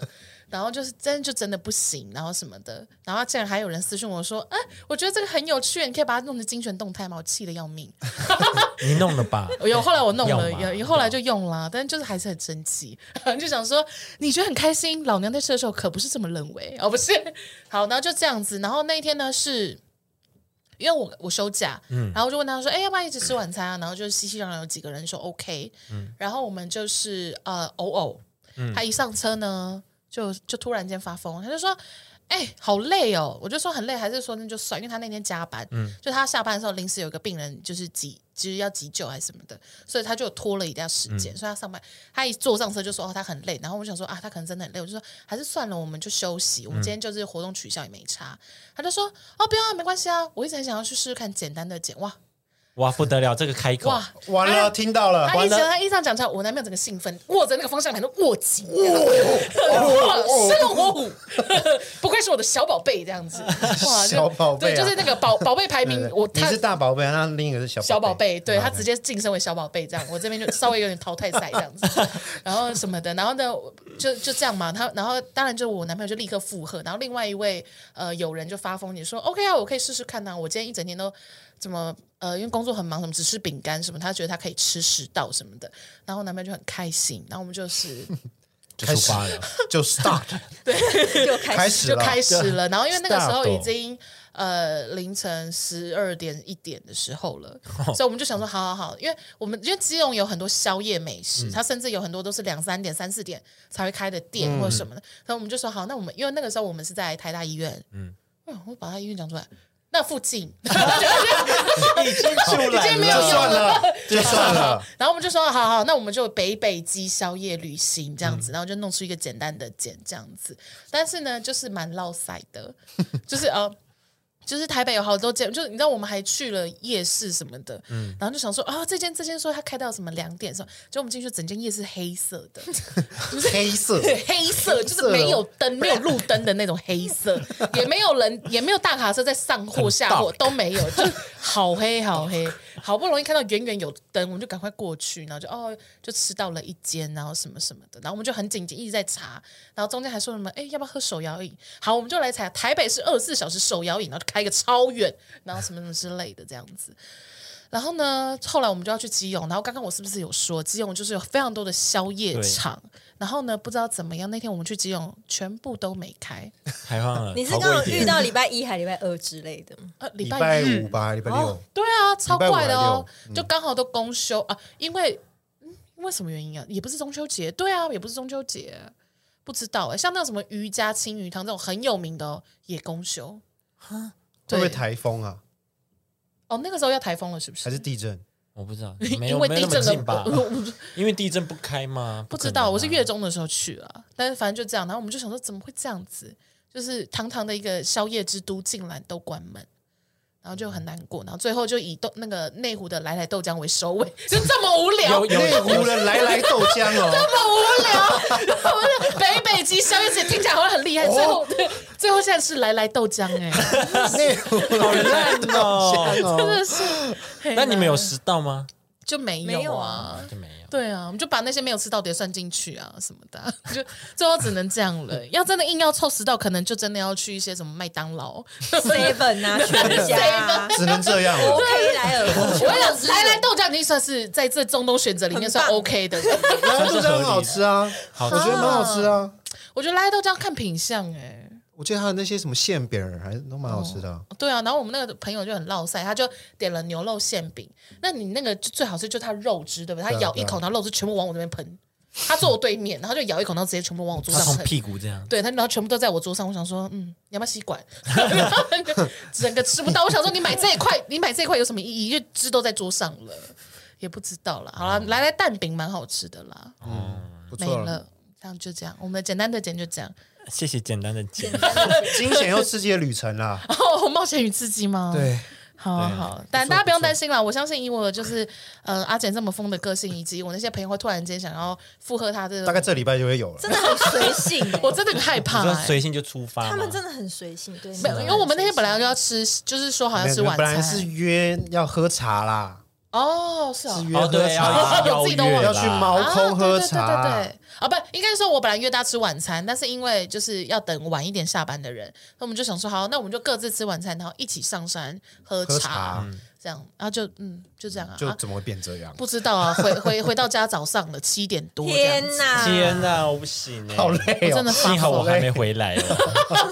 S2: 然后就是真的就真的不行，然后什么的，然后竟然还有人私讯我说，哎、我觉得这个很有趣，你可以把它弄成精选动态吗？我气得要命。
S1: 你弄了吧？
S2: 有后来我弄了，
S1: 要嘛
S2: 有有后来就用啦，但就是还是很生气， 就想说你觉得很开心，老娘在吃的时候可不是这么认为 哦，不是。好，然后就这样子，然后那一天呢是。因为我我休假，然后我就问他说：“哎、要不要一起吃晚餐啊？”然后就熙熙攘攘有几个人说 OK，、然后我们就是呃偶偶，他一上车呢，就就突然间发疯，他就说：“哎、好累哦！”我就说很累，还是说那就算，因为他那天加班，就他下班的时候临时有个病人就是急，就是要急救还是什么的，所以他就拖了一段时间，所以他上班，他一坐上车就说哦他很累，然后我想说啊他可能真的很累，我就说还是算了，我们就休息，我们今天就是活动取消也没差，他就说哦不要啊没关系啊，我一直很想要去试试看简单的剪哇。
S1: 哇，不得了，这个开口，
S2: 哇，
S3: 完了，听到了，
S2: 他
S3: 完
S2: 一讲
S3: 了，
S2: 他一上讲出来，我男朋友整个兴奋，握着那个方向盘都握紧，哇，生龙活虎，不愧是我的小宝贝，这样子，哇，就
S3: 小宝贝啊
S2: 对，就是那个宝宝贝排
S3: 对对
S2: 名，
S3: 对
S2: 我
S3: 你
S2: 他
S3: 是大宝贝，那另一个是小
S2: 小宝
S3: 贝，
S2: 贝，
S3: 嗯
S2: 对他
S3: OK
S2: 直接晋升为小宝贝这样，我这边就稍微有点淘汰赛这样子， 然后什么的，然后呢就就这样嘛，他然后当然就我男朋友就立刻附和，然后另外一位呃友人就发疯，你说 OK 啊，我可以试试看呐、我今天一整天都怎么呃因为工作很忙，什么只吃饼干什么，他觉得他可以吃十道什么的，然后我男朋友就很开心，然后我们就是
S1: 就出发了，
S3: 就 start
S4: 就
S3: 开
S4: 开始
S3: 始
S2: 就
S3: 了，
S2: 开始了，然后因为那个时候
S1: Start
S2: 已经呃凌晨十二点一点的时候了，所以我们就想说，好好好，因为我们因为基隆有很多宵夜美食，它甚至有很多都是两三点、三四点才会开的店或什么的，所以我们就说好，那我们因为那个时候我们是在台大医院，嗯，我把他医院讲出来。那附近，
S1: 已经出
S2: 已
S1: 来
S2: 经没有
S3: 就
S1: 了，
S2: 用
S3: 算了，就算了，
S2: 然后我们就说好好，那我们就北北基宵夜旅行这样子，然后就弄出一个简单的简这样子，但是呢，就是蛮落塞的，就是呃。就是台北有好多间，就是你知道我们还去了夜市什么的，然后就想说啊、这间这间说它开到什么两点什么，就我们进去整间夜市黑色的，
S3: 黑色，
S2: 黑色就是没有灯、没有路灯的那种黑 色，也没有人，也没有大卡车在上货下货都没有，就好黑好黑。好不容易看到远远有灯，我们就赶快过去，然后就哦，就吃到了一间，然后什么什么的，然后我们就很紧急一直在查，然后中间还说什么，哎，要不要喝手摇饮？好，我们就来查，台北是二十四小时手摇饮，然后就开个超远，然后什么什么之类的这样子。然后呢，后来我们就要去基隆。然后刚刚我是不是有说，基隆就是有非常多的宵夜场。然后呢，不知道怎么样，那天我们去基隆，全部都没开。
S1: 开放了，
S4: 你是
S1: 逃
S4: 刚
S1: 过
S4: 好
S1: 一
S4: 遇
S1: 点，
S4: 到礼拜一还礼拜二之类的吗，
S2: 呃，礼
S3: 礼
S2: 拜
S3: 拜
S2: 日，
S3: 五吧，礼拜六
S4: 哦，
S2: 对啊，超怪的
S3: 礼拜
S2: 哦
S3: 五，嗯
S2: 就刚好都公休啊，因为嗯，因为什么原因啊？也不是中秋节，对啊，也不是中秋节，不知道哎、像那种什么渔家青鱼汤这种很有名的、哦、也公休，
S3: 会
S2: 对
S3: 不会台风啊？
S2: 哦，那个时候要台风了，是不
S3: 还
S2: 是？
S3: 是地震？
S1: 我不知道，没
S2: 因
S1: 有
S2: 为
S1: 没
S2: 地
S1: 那么
S2: 震
S1: 近吧
S2: 的，？ 我我
S1: 因为地震不开吗？
S2: 不
S1: 可
S2: 知
S1: 能
S2: 道，
S1: 啊
S2: 我是月中的时候去了，但是反正就这样。然后我们就想说，怎么会这样子？就是堂堂的一个宵夜之都，竟然都关门，然后就很难过。然后最后就以豆那个内湖的来来豆浆为收尾， 就这么无聊
S1: 啊有。有
S3: 内湖人来来豆浆 哦，
S2: 北北极宵夜节听起来好像很厉害，最
S1: 哦
S2: 后 最后现在是来来豆浆哎、
S3: 内湖人
S1: 好烂 哦！
S2: 真
S3: 哦，
S2: 的是。
S1: 那你们有拾到吗？
S2: 就 没
S4: 没有
S2: 啊
S4: 啊？
S1: 就没有。
S2: 对啊，我们就把那些没有吃到的也算进去啊，什么的 啊、就最后只能这样了。要真的硬要凑十道，可能就真的要去一些什么麦当劳。
S4: seven 啊，全家啊
S3: 只能这样 了。
S4: ，OK 莱尔，
S2: 我跟你讲，来来豆浆已经算是在这中东选择里面算
S4: 很棒
S2: OK 的。
S3: 来来豆浆很好吃啊，
S1: 好吃
S3: 我觉得蛮好吃啊。
S2: 我觉得来来豆浆看品相哎、欸
S3: 我记得还有那些什么馅饼儿，还都蛮好吃的啊。
S2: 对啊，然后我们那个朋友就很落塞，他就点了牛肉馅饼。那你那个就最好吃，就它肉汁对不对？他
S3: 对啊
S2: 咬一口，然后肉汁全部往我这边喷。他坐我对面，然后就咬一口，然后直接全部往我桌
S1: 他
S2: 上
S1: 从
S2: 喷。
S1: 屁股这样，
S2: 对他，然后全部都在我桌上。我想说，嗯，你要不要吸管？ 然后整个吃不到。我想说，你买这一块，你买这一块有什么意义？因为汁都在桌上了，也不知道啦。好啦，来来蛋饼蛮好吃的啦，
S3: 不
S2: 没
S3: 错哦啊了，
S2: 了。这样就这样，我们简单的简就这样。
S1: 谢谢简单的简。
S3: 惊险又刺激的旅程啊啦。
S2: 哦，冒险与刺激吗？。
S3: 对，
S2: 好啊
S1: 对
S2: 好，但
S3: 错
S2: 大家不用
S3: 不错
S2: 担心啦。我相信以我就是呃阿简这么疯的个性，以及我那些朋友会突然间想要附和他这个，
S3: 大概这礼拜就会有了。
S4: 真的很随 性欸，
S2: 我真的很害
S1: 你
S2: 怕、
S1: 说
S2: 欸。
S1: 随性就出发吗，
S4: 他们真的很随性，对，
S2: 没有，因为我们那天本来就要吃，就是说好像吃晚
S3: 本来是
S2: 餐。
S3: 约要喝茶啦，
S2: 哦，是
S3: 是
S2: 哦。
S3: 约啊
S1: 哦，
S3: 喝
S1: 对，
S3: 茶，
S1: 要邀
S2: 我自己
S1: 约
S2: 都忘了
S1: 啦
S3: 要去猫空喝
S2: 啊、对对对
S3: 茶
S2: 对。对啊，不，应该说，我本来约大家吃晚餐，但是因为就是要等晚一点下班的人，那我们就想说，好，那我们就各自吃晚餐，然后一起上山喝茶，
S3: 喝茶
S2: 这样，然后就嗯，就这样啊，
S3: 就
S2: 啊
S3: 怎么会变这样？
S2: 不知道啊，回回回到家早上了，七点多，这样子
S4: 天哪，
S1: 天哪，我不行欸
S3: 好累
S2: 我真
S3: 哦
S2: 的，发
S1: 幸好我
S2: 疯
S1: 还没回来哦，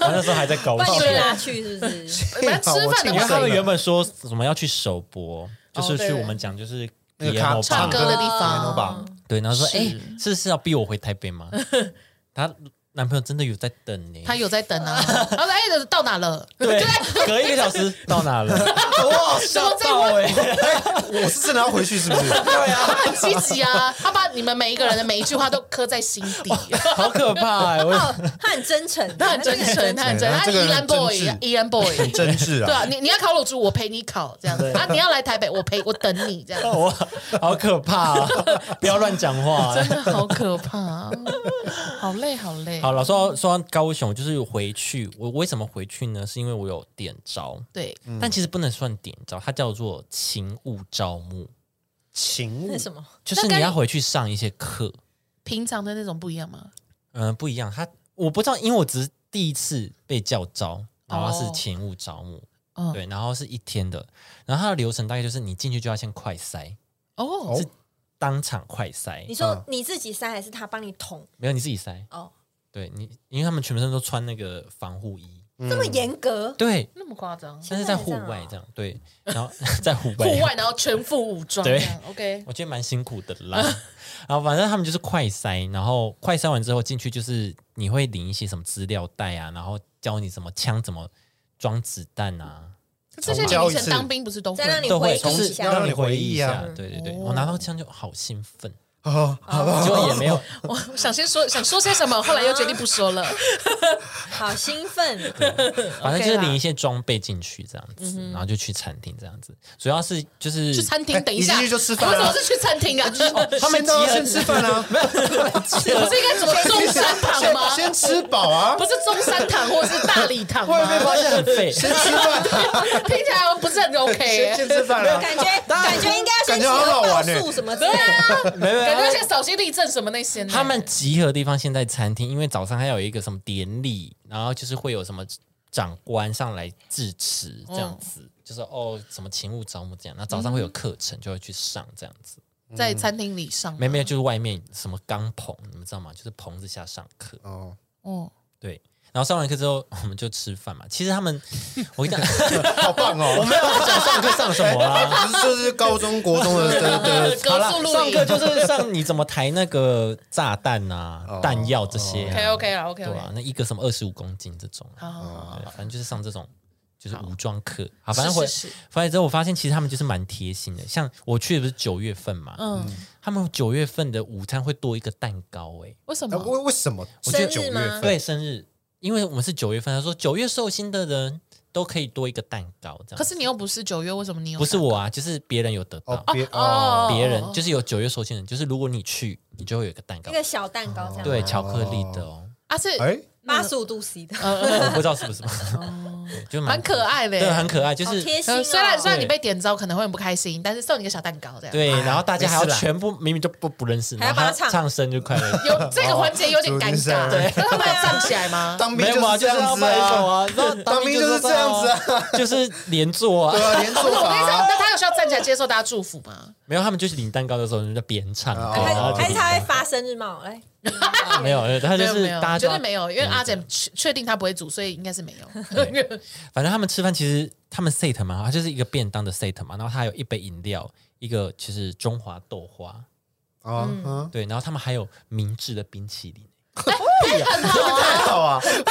S1: 我那时候还在高
S4: 把你
S1: 雄
S4: 被。拉去是 不是？
S2: 反
S3: 哎
S2: 正吃饭的
S1: 因为
S2: 话
S1: 他们原本说什么要去首播，就是去我们讲就是
S3: 那个卡
S1: piano
S2: 唱歌
S1: 吧
S2: 的地方
S3: 唱歌吧
S1: 对，然后说
S2: 是
S1: 哎，是是要逼我回台北吗？她男朋友真的有在等呢，
S2: 他有在等啊。然后说：“哎，到哪了？
S1: 对，隔一个小时到哪了？
S3: 哇，
S2: 怎
S1: 吓
S2: 么在
S1: 到
S2: 问？
S1: 哎，
S3: 我是真的要回去是不是？
S1: 对啊，
S2: 他很积极啊，他把你们每一个人的每一句话都刻在心底。
S1: 好可怕哎！我
S4: 哦，他很真诚，
S2: 他很真诚，他很真诚，他
S3: 这个
S2: 是宜
S3: 人
S2: 兰 boy，
S3: 真挚
S2: 宜兰 boy，
S3: 很真挚
S2: 对啊，
S3: 啊。
S2: 你你要烤乳猪，我陪你烤这样子啊，你要来台北，我陪我等你这 样子，
S1: 我哦好可怕啊！不要乱讲话。
S2: 真的好可怕啊，好累好累。
S1: 好了，说到说到高雄，就是回去，我为什么回去呢？是因为我有点招，
S2: 对，
S1: 但其实不能算点招，它叫做勤务招募，
S3: 情
S4: 那
S3: 物
S4: 什么？
S1: 就是
S2: 那
S1: 你
S2: 跟
S1: 要回去上一些课。
S2: 平常的那种不一样吗？
S1: 嗯、不一样。他我不知道，因为我只是第一次被叫招，然后它
S2: 哦
S1: 是勤务招募，
S2: 嗯
S4: 哦
S1: 对，然后是一天的，然后它的流程大概就是你进去就要先快筛，
S2: 哦，
S1: 是当场快筛
S4: 你，说
S3: 嗯
S4: 你自己塞还是他帮你捅？
S1: 没有你自己筛，
S4: 哦，
S1: 对你，因为他们全身都穿那个防护衣，
S4: 这么严格，
S1: 对，
S2: 那么夸张，
S1: 但是在户外这样，对，然后在户外，
S2: 户外然后全副武装这
S1: 对
S2: 样，OK，
S1: 我觉得蛮辛苦的啦。然后反正他们就是快筛，然后快筛完之后进去就是你会领一些什么资料袋啊，然后教你什么枪怎么装子弹啊，
S2: 这些你
S3: 交一
S2: 以前
S3: 次
S2: 当兵不是都会
S4: 再让你
S1: 都会
S4: 回忆一
S1: 是
S4: 下
S1: 让
S3: 让
S1: 你
S3: 你
S1: 回
S3: 回
S1: 忆
S3: 忆啊
S1: 一
S3: 一
S1: 下
S3: 下，
S1: 对对对，
S2: 哦
S1: 我拿到枪就好兴奋，
S3: 哦，好吧，
S1: 结果也没有，
S2: 我想先说想说些 什么，后来又决定不说了。
S4: 好兴奋，
S1: 反正就是
S2: OK 啦
S1: 领一些装备进去这样子，然后就去餐厅这样子，主要是就是
S2: 去餐厅，等一下，
S3: 你进去就吃饭啊
S2: 为什
S3: 哦
S2: 么是去餐 厅啊？
S1: 他们
S3: 先到
S1: 集合
S3: 先吃饭 啊，
S2: 不是应该什么中山堂吗？
S3: 先吃饱啊
S2: 不，是中山堂或是大礼堂吗
S3: 会？被发现很
S1: 很
S3: 肥，
S1: 废，
S3: 先吃饭，啊
S2: 听起来不是很 OK，
S3: 先先吃饭啊，
S4: 感觉感觉应该
S3: 感
S4: 要先
S3: 觉
S4: 写
S3: 好
S4: 个
S3: 好
S4: 报
S3: 玩欸
S4: 数什么之类的，
S1: 没有没
S2: 感觉
S1: 有。
S2: 像扫心地震什么那些呢。
S1: 他们集合的地方现在餐厅，因为早上还有一个什么典礼，然后就是会有什么长官上来致辞这样子，就是哦什么勤务招募这样。那早上会有课程，就会去上这样子。
S2: 在餐厅里上，
S1: 没没有，嗯就是外面什么钢棚，你们知道吗？就是棚子下上课。
S3: 哦，
S2: 哦，
S1: 对，然后上完课之后我们就吃饭嘛。其实他 们，我跟你讲，
S3: 好棒哦，我没有
S1: 我 讲上课上什么 啦？
S3: 只是就是高中国中的的的
S2: 格
S1: 好啦
S2: 数露
S1: 上
S2: 营
S1: 课就是上你怎么抬那个炸弹啊、弹药这些、
S2: ，OK
S1: 啊。
S2: OK 啦，OK
S1: 对
S2: OK，
S1: 啊，那一个什么二十五公斤这种啊，
S2: 好好好，
S1: 对反正就是上这种就是武装课。好，啊反正
S2: 是
S1: 回
S2: 是是
S1: 回来之后，我发现其实他们就是蛮贴心的。像我去的不是九月份嘛，
S2: 嗯，
S1: 他们九月份的午餐会多一个蛋糕、欸，
S2: 为什
S3: 呃
S2: 么？
S3: 为为什么？
S4: 生日
S3: 九月
S4: 吗
S3: 份，
S1: 对，生日，因为我们是九月份，他说九月寿星的人都可以多一个蛋糕，这样。
S2: 可是你又不是九月，为什么你有？
S1: 不是我啊，就是别人有得到，
S3: 哦，别哦，
S1: 别人就是有九月寿星人，就是如果你去，你就会有一个蛋糕
S4: 一，个小蛋糕这样，
S1: 对，巧克力的哦，
S2: 啊，是
S3: 哎，
S4: 八十五度 C 的，
S1: 我不知道是不是，对， 就
S2: 蛮可，爱的耶，
S1: 对，啊很可爱，就
S4: 好
S1: 是
S4: 贴心
S2: 呃
S4: 哦。
S2: 虽然虽然你被点招可能会很不开心，但是送你个小蛋糕这样。，，
S1: 对，然后大家还要
S3: 没事啦
S1: 全部明明就不不认识，
S4: 还要
S1: 然后还
S4: 帮他唱
S1: 唱生日快乐
S2: 有这个环节有点
S3: 哦
S2: 尴尬，
S3: 对
S2: 那他们有站起来吗？
S3: 当兵
S1: 没有啊，
S3: 这
S1: 就是要
S3: 样子
S1: 拍手
S3: 啊，
S1: 啊，然后
S3: 当兵就是这样子
S1: 啊，就是连坐
S3: 对
S1: 啊，
S3: 啊，连
S2: 不
S3: 坐
S2: 是我
S3: 法
S2: 跟你
S3: 啊
S2: 讲，，那他有需要站起来接受大家祝福吗？
S1: 没有，他们就是领蛋糕的时候人家边唱歌，
S3: 哦
S4: 还
S1: 然后就
S4: 是还是
S1: 领
S4: 他
S1: 蛋
S4: 会
S1: 糕
S4: 发生日哎帽来，
S1: 没有，他就
S2: 没有
S1: 是
S2: 没有
S1: 大家就
S2: 绝
S1: 要
S2: 对没有，因为阿简确确定他不会煮，所以应该是没有。
S1: 反正他们吃饭其实他们 set 嘛，它就是一个便当的 set 嘛，然后它还有一杯饮料，一个其实中华豆花，
S3: 啊，嗯
S1: 对，然后他们还有明治的冰淇淋。
S3: 太好啊，
S4: 对，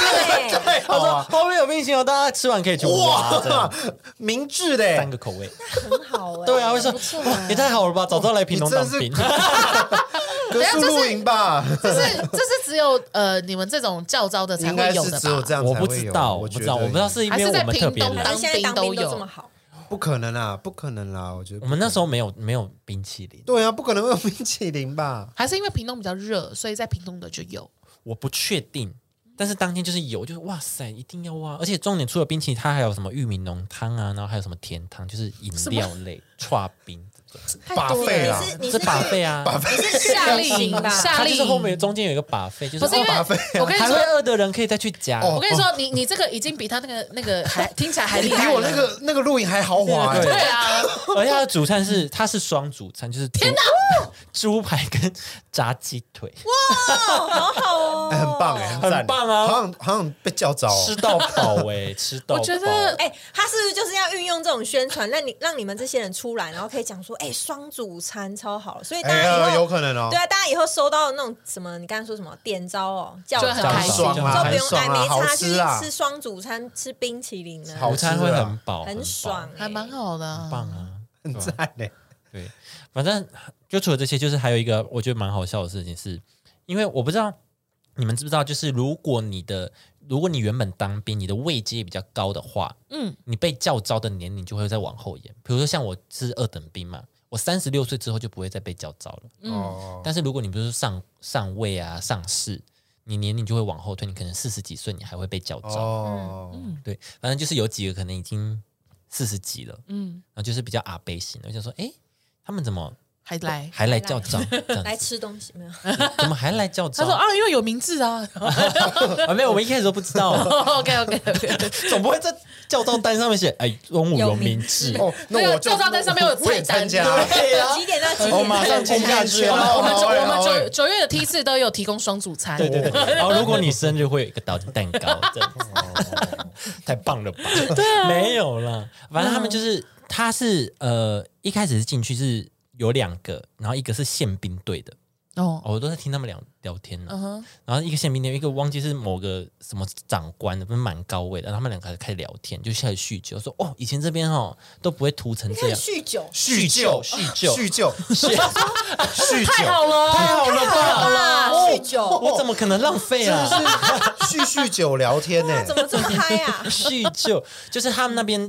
S3: 太好啊，
S1: 后面有冰淇淋哦，大家吃完可以去挖，这
S3: 哇
S1: 样，
S3: 明智
S1: 三个
S3: 的，
S1: 口味。
S4: 很好哎，
S1: 对啊，会说哇也太好了吧，早知道来屏东当
S3: 你
S1: 兵。
S3: 格
S2: 啊
S3: 数露营吧，
S2: 这是这是只有呃你们这种教招 的才
S3: 应
S2: 会
S3: 该
S2: 有
S3: 是
S2: 的
S3: 只有这
S2: 吧？
S3: 样
S1: 我
S3: 才
S1: 不
S3: 会
S1: 知
S3: 有，
S1: 道，我
S3: 我
S1: 不
S3: 觉
S1: 知道，我不知道是因
S2: 还
S1: 为
S2: 是在
S1: 我们特别
S2: 屏东
S1: 冷
S2: 当，
S4: 现在当兵都这么好，
S3: 不可能啦，不可能啦，我觉得
S1: 我们那时候没有没有冰淇淋，
S3: 对啊，不可能会有冰淇淋吧？
S2: 还是因为屏东比较热，所以在屏东的就有。
S1: 我不确定。但是当天就是有，就是哇塞，一定要哇！而且重点除了冰淇淋，它还有什么玉米浓汤啊，然后还有什么甜汤，就是饮料类、串冰这种。
S3: 把费啦
S4: 你，是你
S1: 这
S4: 是
S1: 把费
S2: 嗯
S1: 啊，
S4: 你是夏令营吧？
S2: 夏
S1: 它就是
S2: 令营
S1: 后面中间有一个把费，就是
S2: 不是因为
S1: 哦
S3: 巴菲
S2: 我跟你
S1: 还会
S2: 说，
S1: 饿的人可以再去夹。
S2: 我
S3: 哦
S2: 跟你说，你你这个已经比他那个那个还听起来还
S3: 你
S2: 厉
S3: 比
S2: 害了。
S3: 我那个那个露营还豪华欸，
S2: 对啊，
S1: 而且它的主餐是它是双主餐，就是天哪，猪 排跟炸鸡腿，
S4: 哦，好好哦，
S3: 哎很棒哎，赞
S1: 很棒啊
S3: 好像好像被叫着哦，
S1: 吃到饱哎，吃到
S2: 我
S1: 饱。
S2: 觉得
S4: 哎、他是不是就是要运用这种宣传，让你让你们这些人出来，然后可以讲说，哎、双主餐超好，所以大
S3: 哎
S4: 家以后、
S3: 呀，有可能哦
S4: 对，啊，大家以后收到那种什么，你刚才说什么点招哦，叫
S2: 就很
S4: 招
S2: 开心
S4: 就
S1: 爽啊
S4: 不用
S3: 很爽
S4: 哎，
S3: 啊
S4: 没
S3: 好
S4: 差
S3: 吃啊
S4: 去吃双主餐，吃冰淇淋呢，啊
S3: 好啊
S1: 午餐会很饱，
S4: 很
S1: 饱
S4: 爽、哎
S2: 还蛮，好的啊，
S1: 很棒啊！
S3: 很赞嘞。哎
S1: 对，反正就除了这些，就是还有一个我觉得蛮好笑的事情是，因为我不知道你们知不知道，就是如果你的如果你原本当兵，你的位阶比较高的话，
S2: 嗯
S1: 嗯，你被叫招的年龄就会再往后延。比如说像我是二等兵嘛，我三十六岁之后就不会再被叫招了。
S2: 嗯
S3: 哦，
S1: 但是如果你不是上上位啊、上市，你年龄就会往后推，你可能四十几岁你还会被叫招。
S3: 哦，
S2: 嗯
S1: 对，反正就是有几个可能已经四十几了，
S2: 嗯，
S1: 然后就是比较阿悲型的，我想说，哎，他们怎么
S2: 还来。
S1: 还来叫招？这样
S4: 来
S1: 子
S4: 吃东西没有？
S1: 怎么还来叫
S2: 他
S1: 招？
S2: 说啊，因为有名字啊。 哦
S1: 啊，没有，我们一开始都不知道啊，
S2: OK OK OK，
S1: 总不会在教招单上面写，哎，中午有名 字。
S3: 哦，
S2: 没
S3: 那
S2: 有
S3: 我
S2: 嗯
S3: 就
S2: 就照单上面有菜单
S3: 我 也参加，
S1: 对啊呀，
S4: 几点哎到几
S1: 我
S4: 点？
S1: 哦马上
S3: 冲下去了
S2: 我们九
S3: 好哎哎哦
S2: 我们
S3: 好哎
S2: 九九月的梯次都有提供双主餐。
S1: 对对对， 然哦后如果你生日会有一个岛的蛋糕，这样 子，太棒了吧？对啊，没有啦，反正他们就是，他是呃一开始是进去是有两个，然后一个是宪兵队的，
S2: 哦，
S1: 哦我都在听他们聊聊天呢、
S2: 嗯哼，
S1: 然后一个宪兵队，一个忘记是某个什么长官的，不是蛮高位的，然后他们两个开始聊天，就开始叙旧，说哦，以前这边哦都不会涂成这
S4: 看
S1: 样，
S4: 酗酒，
S1: 叙旧叙旧
S3: 叙旧，叙
S2: 太
S3: 旧，
S2: 好了，
S1: 太好了哦吧？
S4: 啦，啊酗酒，
S1: 我怎么可能浪费啊？
S3: 叙叙酒聊天呢，
S4: 怎么这么嗨 啊？
S1: 叙旧，就是他们那边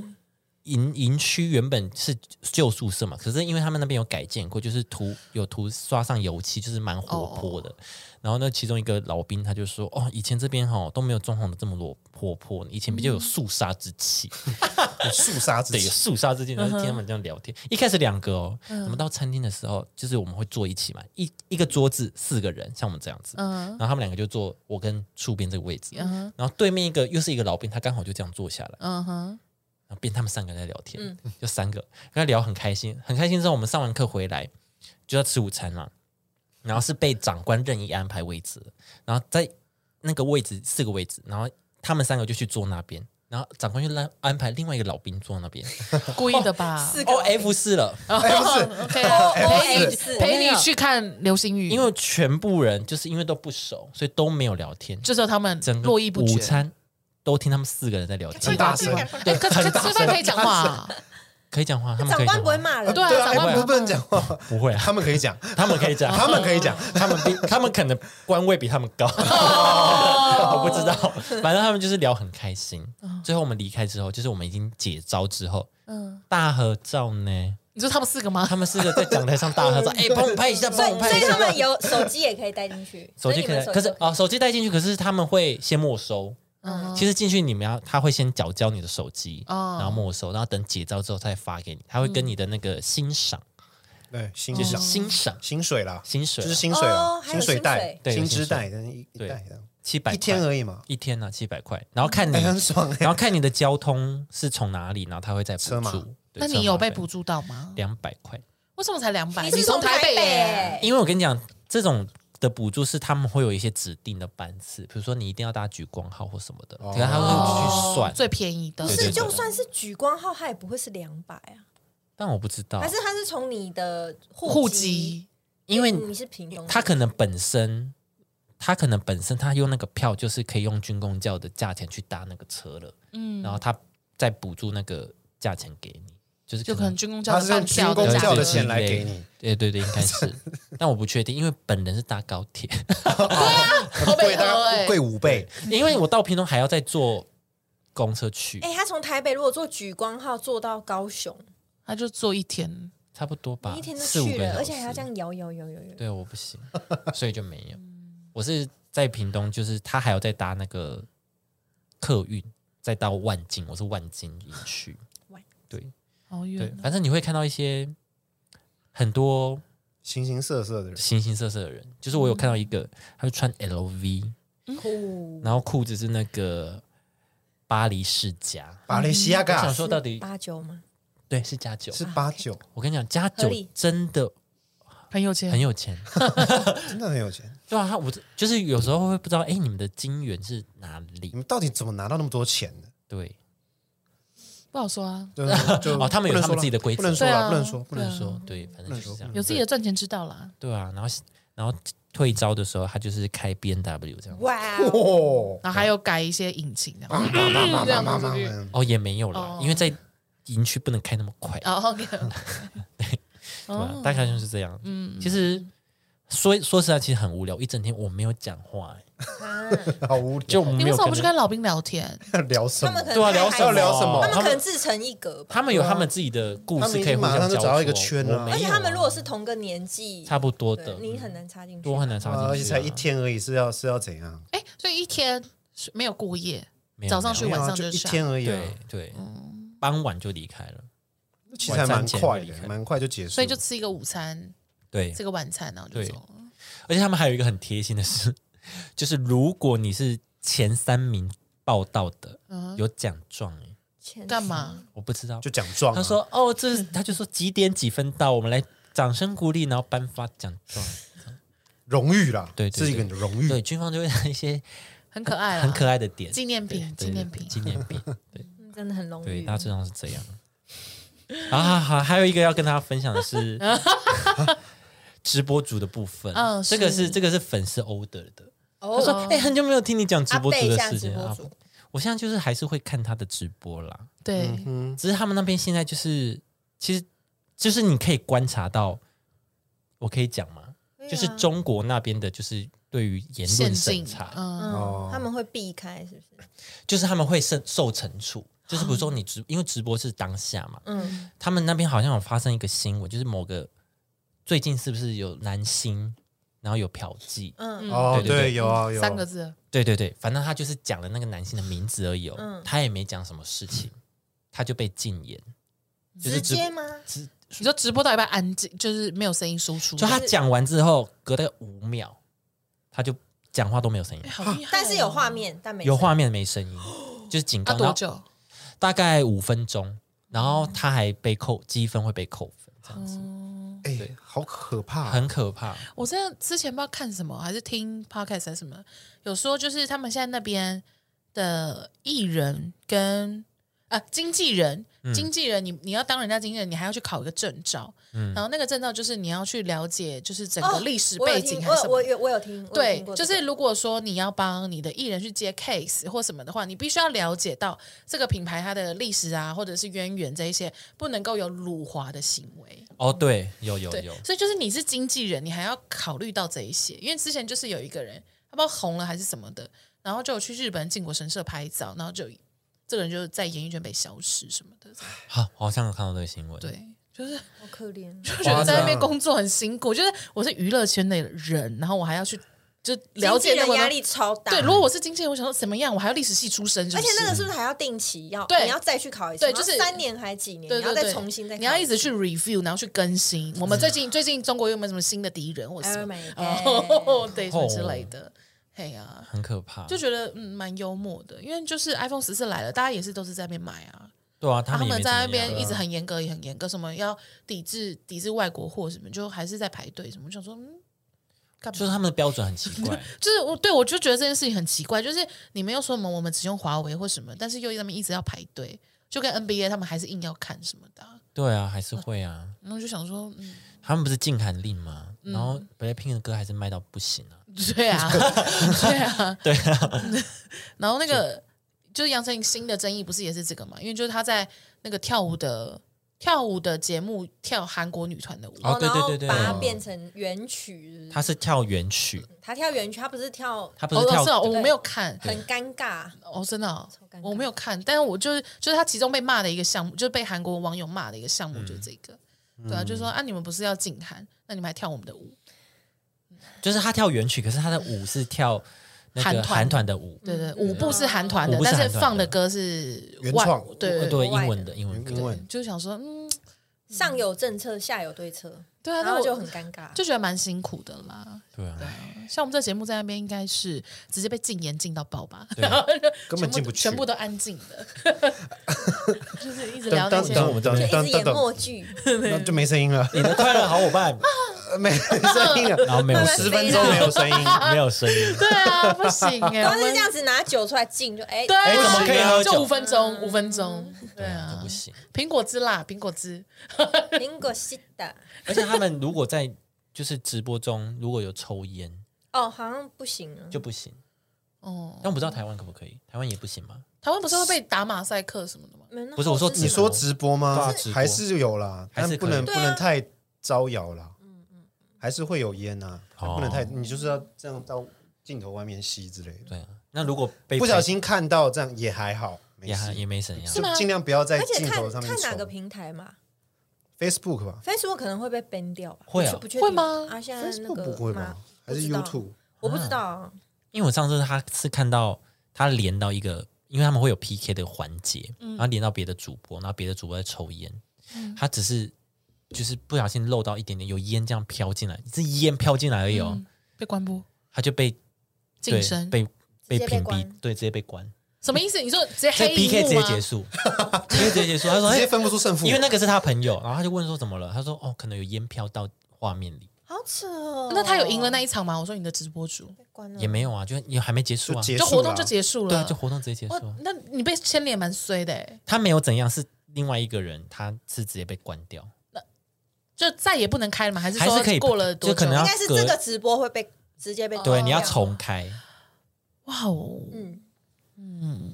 S1: 营营区原本是旧宿舍嘛，可是因为他们那边有改建过，就是涂有涂刷上油漆，就是蛮活泼的。然后呢，其中一个老兵他就说：“哦，以前这边哈、都没有装潢的这么落活泼，以前比较有肃杀之气。
S3: 肃杀之
S1: 对，有
S3: 气，
S1: 肃杀之气，然后听他们这样聊天。一开始两个哦，我们到餐厅的时候，就是我们会坐一起嘛，一一个桌子四个人，像我们这样子。
S2: 嗯
S1: 然后他们两个就坐我跟树边这个位置，然后对面一个又是一个老兵，他刚好就这样坐下来，
S2: 嗯哼，
S1: 然后变他们三个在聊天，就三个跟他聊很开心，很开心之后我们上完课回来就要吃午餐嘛，然后是被长官任意安排位置的，然后在那个位置四个位置，然后他们三个就去坐那边。然后长官就安安排另外一个老兵坐那边
S2: 故意的吧？哦
S4: 四个
S1: ，O 哦 F 四了，
S3: 哎不是，
S2: OK 啊，陪
S4: O S
S2: 你陪你去看流星雨，
S1: 因为全部人就是因为都不熟，所以都没有聊天，
S2: 就只有他们
S1: 整个
S2: 络绎不
S1: 午
S2: 绝。
S1: 餐都听他们四个人在聊
S3: 很
S1: 天，
S3: 大声
S2: 哎，可可是吃饭可以讲话啊，
S1: 可以讲话，他们可
S4: 长
S1: 以
S4: 官
S1: 讲
S4: 不会
S1: 话，
S4: 骂人，
S2: 对啊，
S3: 对啊，
S2: 长
S3: 哎
S2: 官
S3: 不不能讲话，
S1: 不会啊，
S3: 他们可以讲，
S1: 他们可以讲，
S3: 他们可以讲，
S1: 他们比他们可能官位比他们高，啊我 不知道，反正他们就是聊很开心。最后我们离开之后，就是我们已经解招之后，
S2: 嗯，
S1: 大合照呢，
S2: 你说他们四个吗
S1: 他？们四个在讲台上大合照，哎，帮我拍一下，
S4: 所
S1: 帮
S4: 以
S1: 我
S4: 所
S1: 拍一
S4: 以他
S1: 下。
S4: 们有手机也可以带进去，
S1: 手机可
S4: 所以
S1: 以
S4: 你，们
S1: 可是
S4: 手机
S1: 啊，手机带进去，可是他们会先没收。
S2: 嗯
S1: 其实进去你们要，他会先缴交你的手机，
S2: 哦
S1: 然后没收，然后等解招之后再发给你，他会跟你的那个欣赏，
S3: 对，薪
S1: 就是
S3: 水
S1: 欣赏
S3: 薪水啦，
S1: 薪水
S3: 嗯就
S1: 啊，
S3: 是薪水啦
S4: 哦，还有
S3: 薪水袋，
S1: 薪水对有
S3: 薪
S1: 薪水
S3: 资袋，一一
S1: 对
S3: 袋这样，
S1: 七百
S3: 一天而已嘛，
S1: 一天呢七百块，然后看你
S3: 哎很爽哎，
S1: 然后看你的交通是从哪里，然后他会再补
S3: 车马
S1: 助。对
S2: 那你有被补助到吗？
S1: 两百块？
S2: 为什么才两百？
S4: 你
S2: 你
S4: 是
S2: 从
S4: 从
S2: 台
S4: 台
S2: 北
S4: 北
S2: 耶？
S4: 耶，
S1: 因为我跟你讲，这种的补助是他们会有一些指定的班次，比如说你一定要搭莒光号或什么的，
S3: 哦
S1: 可是他会去算。
S2: 最便宜的
S4: 不
S1: 对
S4: 是
S1: 对
S4: 就算是举光号，它也不会是两百啊，
S1: 但我不知道
S4: 还，是它是从你的
S2: 户
S4: 籍，
S2: 籍，
S1: 因为
S4: 你是屏东，
S1: 他可能本身，他可能本身他用那个票就是可以用军工教的价钱去搭那个车了，
S2: 嗯，
S1: 然后他再补助那个价钱给你，就是
S2: 就可能军工教
S3: 他
S2: 的
S3: 是用
S2: 饭
S3: 军
S2: 票
S3: 工
S2: 的价
S3: 教
S2: 格
S3: 的钱来给你，
S1: 对对对，应该是， 但我不确定，因为本人是搭高铁，
S2: 好
S3: 贵
S2: 北
S3: 大
S2: 河
S3: 概
S2: 哎，
S3: 贵五倍，
S1: 因为我到屏东还要再坐公车去，
S4: 哎，他从台北如果坐举光号坐到高雄，
S2: 他就做一天，
S1: 差不多吧
S4: 你一天，都
S1: 四五
S4: 去
S1: 个
S4: 了，
S1: 小
S4: 而且还要
S1: 时
S4: 这样摇摇摇摇摇，
S1: 对，我不 行，所以就没有。我是在屏东，就是他还要再搭那个客运，再到万金，我是万金营区。
S4: 万
S1: 对
S2: 好
S4: 嗯
S1: 对
S2: 远，哦。
S1: 反正你会看到一些很多
S3: 形形色色的人，
S1: 形形色色的人。就是我有看到一个，他就穿 LV，
S4: 酷，
S1: 然后裤子是那个巴黎世家。
S3: 马来西亚
S1: 我想
S3: 嘎
S1: 说到底
S4: 八九吗？
S1: 对是加九，
S3: 是八九，
S1: 我跟你讲加
S4: 合
S1: 九
S4: 理
S1: 真的
S2: 很有钱
S1: 很，有钱。
S3: 真的很有钱，
S1: 对啊，他我这就是有时候会不知道，哎，你们的金源是哪里
S3: 你？们到底怎么拿到那么多钱的？
S1: 对，
S2: 不好说啊，
S3: 就就
S1: 哦他们有
S3: 不能
S1: 他们
S3: 说了
S1: 自己的规则
S3: 不能说
S2: 对
S3: 了，
S2: 啊
S3: 不能说，不
S1: 不能
S3: 能说，
S1: 说对，反正就是这样
S3: 不能。
S2: 有自己的赚钱之道啦。
S1: 对啊，然后然后退招的时候，他就是开 B N W 这样子。
S4: 哇哦，
S3: 哦，
S2: 然后还有改一些引擎
S1: 哦
S2: 的，
S3: 这
S2: 这样子出去。
S1: 哦，也没有啦，
S2: 哦
S1: 因为在营区不能开那么快，
S2: 哦 ，OK，
S1: 对吧？大概就是这样。嗯，其实说说实在，其实很无聊，一整天我没有讲话、欸
S3: 好无聊，
S1: 就我们没
S2: 你为
S1: 有
S2: 什么不
S1: 可
S2: 去
S1: 能
S2: 跟老兵聊天？
S3: 聊什
S4: 他
S3: 么
S4: 们？可能
S1: 对啊，
S4: 太
S1: 聊
S4: 害
S1: 什么？
S3: 要
S4: 羞
S3: 聊什么
S4: 他们可能自成一格吧。
S1: 他们有他们自己的故
S3: 啊他
S1: 事
S3: 们已
S1: 可以互
S3: 经马
S1: 相
S3: 上就
S1: 交
S3: 找到
S1: 错
S3: 一个圈了
S1: 我没有啊
S4: 而且他们如果是同个年纪，
S1: 差不多
S4: 对
S1: 的，
S4: 你很难插进去。
S1: 多很难插进去啊，
S3: 而且才一天而已，是要是要怎样？
S2: 哎，所以一天是没有过夜，
S1: 没有，
S2: 早上去
S1: 没有
S2: 晚上
S3: 没有啊就
S2: 就
S3: 一
S2: 下
S3: 天而已啊，
S1: 对对，傍晚就离开了，
S3: 其实还蛮快
S1: 晚上前就离
S3: 的，
S1: 开
S3: 蛮快就结束。
S2: 所以就吃一个午餐，
S1: 对，
S2: 吃个晚餐，然后就
S1: 对
S2: 走了。
S1: 而且他们还有一个很贴心的事， 就是如果你是前三名报道的，
S2: 嗯
S1: 有奖状哎，
S4: 前
S2: 干？嘛？
S1: 我不知道
S3: 就。奖状啊。
S1: 他说哦，这是他就说几点几分到，我们来掌声鼓励，然后颁发奖 状。
S3: 荣誉啦，
S1: 对对
S3: 是一个荣
S1: 对，
S3: 誉。
S1: 军方就会拿一些
S2: 很可爱啦，啊
S1: 很可爱的点，
S2: 纪念品，
S1: 对
S2: 纪念品。
S1: 纪念 品。
S4: 嗯真的很容
S1: 对，
S4: 易。
S1: 大致上是这样。 啊，好好，还有一个要跟大家分享的 是直播主的部分。
S2: 嗯
S1: 这个
S2: 是
S1: 是这个是粉丝 order 的。
S4: 哦
S1: 他说：“哎、很久没有听你讲直播主的事情
S4: 阿贝
S1: 啊
S4: 一下直播主！
S1: 我现在就是还是会看他的直播啦，
S2: 对，
S3: 嗯，
S1: 只是他们那边现在就是，其实就是你可以观察到，我可以讲吗？
S4: 对啊
S1: 就是中国那边的，就是对于言
S2: 陷
S1: 论审
S2: 阱
S1: 查，，
S2: 嗯，
S3: 哦
S4: 嗯，他们会避开，是不是？
S1: 就是他们会受受惩处。就是比如说你直，因为直播是当下嘛，
S4: 嗯，
S1: 他们那边好像有发生一个新闻，就是某个最近是不是有男星，然后有嫖妓？
S4: 嗯
S3: 哦，
S1: 对对
S3: 对，有啊有
S2: 三个字，
S1: 对对对，反正他就是讲了那个男性的名字而已哦，
S4: 嗯
S1: 他也没讲什么事情，他就被禁言，就是
S4: 直
S1: 直
S4: 接吗？
S2: 你说直播到一半安静，就是没有声音输出，
S1: 就他讲完之后，隔了五秒，他就讲话都没有声音
S2: 哎，好厉害哦，
S4: 但是有画面，但没
S1: 有画面没声音，就是警
S2: 啊
S1: 告，
S2: 多
S1: 然后
S2: 久？嗯
S1: 大概五分钟，然后他还被扣积分，会被扣分，这样子、
S3: 哎，好可怕。
S1: 很可怕。
S2: 我真的之前不知道看什么，还是听 podcast 还是什么，有说就是他们现在那边的艺人跟啊经纪人，经纪人你你要当人家经纪人，你还要去考一个证照，然后那个证照就是你要去了解就是整个
S4: 哦
S2: 历史背景还
S4: 我
S2: 是什么
S4: 有听我有我。有我有听，我有
S2: 对
S4: 听，过
S2: 就
S4: 这
S2: 是
S4: 个
S2: 如果说你要帮你的艺人去接 case 或什么的话，你必须要了解到这个品牌它的历史啊，或者是渊源这一些，不能够有辱华的行为。
S1: 哦，对，有有
S2: 对
S1: 有，，
S2: 所以就是你是经纪人，你还要考虑到这一些，因为之前就是有一个人，他不知道红了还是什么的，然后就有去日本靖国神社拍照，然后就这个人就在演艺圈被消失什么的，
S1: 好，好像有看到这个新闻。，
S2: 对。
S4: 嗯
S2: 就是
S4: 好可怜，哦
S2: 就觉得在那边工作很辛苦，就是我是娱乐圈的人，然后我还要去就了解那
S4: 经纪
S2: 么
S4: 人
S2: 多
S4: 压力。超大。
S2: 对，如果我是经纪人，我想说怎么样，我还要历史系出身，是
S4: 而
S2: 不
S4: 且
S2: 是
S4: 那个是不是还要定期要？
S2: 对
S4: 你要再去考一次，
S2: 对就是
S4: 好像三年还几年，
S2: 对
S4: 你要
S2: 对
S4: 再
S2: 对，
S4: 重新再考次，嗯
S2: 你要一直去 review，然后去更新。我们最近最近中国有没有什么新的敌人或什
S4: Oh
S2: 么
S4: my？
S1: 哎
S2: 哦，对，什么之类的。嘿呀，
S1: 很可怕。
S2: 就觉得嗯蛮幽默的，因为就是 iPhone 十四来了，大家也是都是在那边买啊，
S1: 对啊，他
S2: 啊他
S1: 们也
S2: 们
S1: 没
S2: 在那
S1: 怎么样
S2: 边一直很严格，也很严格，什么要抵制抵制外国货什么，就还是在排队什么，我想说嗯。干嘛
S1: 就是他们的标准很奇 怪。
S2: 就是我对我就觉得这件事情很奇怪，就是你们又说什么我们只用华为或什么，但是又他们一直要排队，就跟 NBA 他们还是硬要看什么的啊、
S1: 对啊，还是会啊。
S2: 然后就想说，嗯，
S1: 他们不是禁韩令吗？然后 BLACKPINK 的歌还是卖到不行啊。
S2: 对啊，对啊，对啊。 然后那个就是杨丞琳新的争议不是也是这个嘛？因为就是他在那个跳舞的跳舞的节目跳韩国女团的舞，
S1: 哦对对对对
S4: 然后把它变成原曲，
S1: 他是跳原曲，
S4: 他跳原曲，他不是跳
S1: 他不
S2: 哦
S1: 是跳、
S2: 是哦，我
S4: 对
S2: 没有看，
S4: 很尴尬，
S2: 哦真的哦
S4: 尴尬
S2: 我没有看，但是我就是就是他其中被骂的一个项目，就是被韩国网友骂的一个项目
S1: 嗯
S2: 就是这个，对啊，就是说啊你们不是要禁韩，那你们还跳我们的舞，
S1: 就是他跳原曲，可是他的舞是跳那
S2: 韩
S1: 个
S2: 团
S1: 韩团的舞，
S2: 对对，呃舞步是韩团
S1: 嗯舞
S2: 的，
S1: 步是
S2: 但
S1: 韩团
S2: 放
S1: 的
S2: 的歌是
S3: 原
S2: 外
S3: 创
S2: 对
S1: 呃对，
S2: 对
S4: 国外的
S1: 英文的英文
S3: 英
S1: 歌，
S3: 文
S2: 对，就想说嗯。
S4: 上有政策，下有对策，
S2: 对啊，
S4: 然
S2: 那
S4: 后
S2: 我
S4: 就很尴尬。
S2: 就觉得蛮辛苦的啦。
S1: 对啊，
S2: 像我们这节目在那边，应该是直接被禁言禁到 爆吧，
S1: 对
S3: 根本进不去
S2: 全部都安静 的，就是一直聊
S3: 当
S2: 那
S3: 当
S2: 些
S3: 当当
S4: 就一
S3: 当
S4: 直演
S3: 当当，
S4: 默剧，
S1: 嗯
S3: 那就没声音了，
S1: 你的快乐好伙伴，
S3: 没声 音
S1: 然
S3: 了，
S1: 后没有
S4: 慢慢
S1: 声
S3: 十
S1: 音，
S3: 分钟没有声音，
S1: 没有声音，
S2: 对啊，不行哎、
S4: 然
S2: 我
S4: 后是
S2: 们
S4: 这样子拿酒出来敬，就哎，
S2: 对啊，
S1: 哎怎么可以喝酒
S2: 就五分钟，五分钟，对
S1: 都
S2: 啊
S1: 不，行。
S2: 苹果汁啦，苹果汁，
S4: 苹果西的，
S1: 而且他们如果在就是直播中如果有抽烟
S4: 哦，好像不行啊，
S1: 就不行，
S2: 哦，
S1: 但我不知道台湾可不可以，台湾也不行吗？
S2: 台湾不是会被打马赛克什么的吗？
S4: 没有那
S1: 不是我说
S4: 好吃
S3: 你说直播
S1: 对
S3: 吗
S1: 啊直？播
S3: 还是有啦，
S1: 还
S3: 但
S1: 是
S3: 不
S1: 可以
S3: 能不能太招摇啦，
S2: 嗯
S3: 还是会有烟啊，
S1: 哦
S3: 不能太，你就是要这样到镜头外面吸之类的，
S1: 对啊，那如果被
S3: 不小心看到这样也还好，没
S1: 也还
S3: 事，
S1: 也没怎样
S2: 是，吗
S3: 就尽量不要在
S4: 而且
S3: 镜
S4: 看
S3: 头上面
S4: 看哪
S3: 抽
S4: 个平台嘛
S3: Facebook 吧
S4: ，Facebook 可能会被 ban 掉吧？
S1: 会啊
S4: 不确不确定
S2: 会吗
S4: 啊，现在那
S3: ，Facebook
S4: 个
S3: 不会
S4: 嘛
S3: 吧？还是
S4: 不知道
S3: YouTube？
S4: 我不知道啊，
S1: 因为我上次他是看到他连到一个，因为他们会有 PK 的环节，
S2: 嗯
S1: 然后连到别的主播，然后别的主播在抽烟，他只是就是不小心漏到一点点，有烟这样飘进来，是烟飘进来而已哦，
S2: 被关播
S1: 他就被
S2: 嗯晋
S1: 对
S2: 升，
S1: 被被
S4: 直接被
S1: 屏蔽
S4: 关，
S1: 对，直接被关，
S2: 什么意思？你说直接
S1: 所以
S2: 黑
S1: PK 直
S2: 幕
S1: 接
S2: 吗？
S1: 结束，直接直接结束，他说
S3: 直接
S1: 哎，
S3: 分不出胜负，
S1: 因为那个是他朋友，然后他就问说怎么了，他说哦，可能有烟飘到画面里，
S4: 好扯哦。
S2: 那他有赢了那一场吗？我说你的直播主，
S4: 被关了
S1: 也没有啊，就也还没结束
S3: 就
S1: 啊，
S3: 结
S2: 就
S3: 束
S2: 活动
S3: 了，
S2: 就结束了，
S1: 对啊，就活动直接结束啊
S2: 哇，，那你被牵连蛮衰的欸，
S1: 他没有怎样，是另外一个人，他是直接被关掉。
S2: 就再也不能开了吗？还是
S1: 还
S2: 说
S1: 是可以
S2: 过了多久？
S1: 就可能
S4: 应
S1: 要
S4: 该是这个直播会被直接被
S1: 啊对，你要
S4: 掉
S1: 重开，
S2: 哇哦，
S4: 嗯。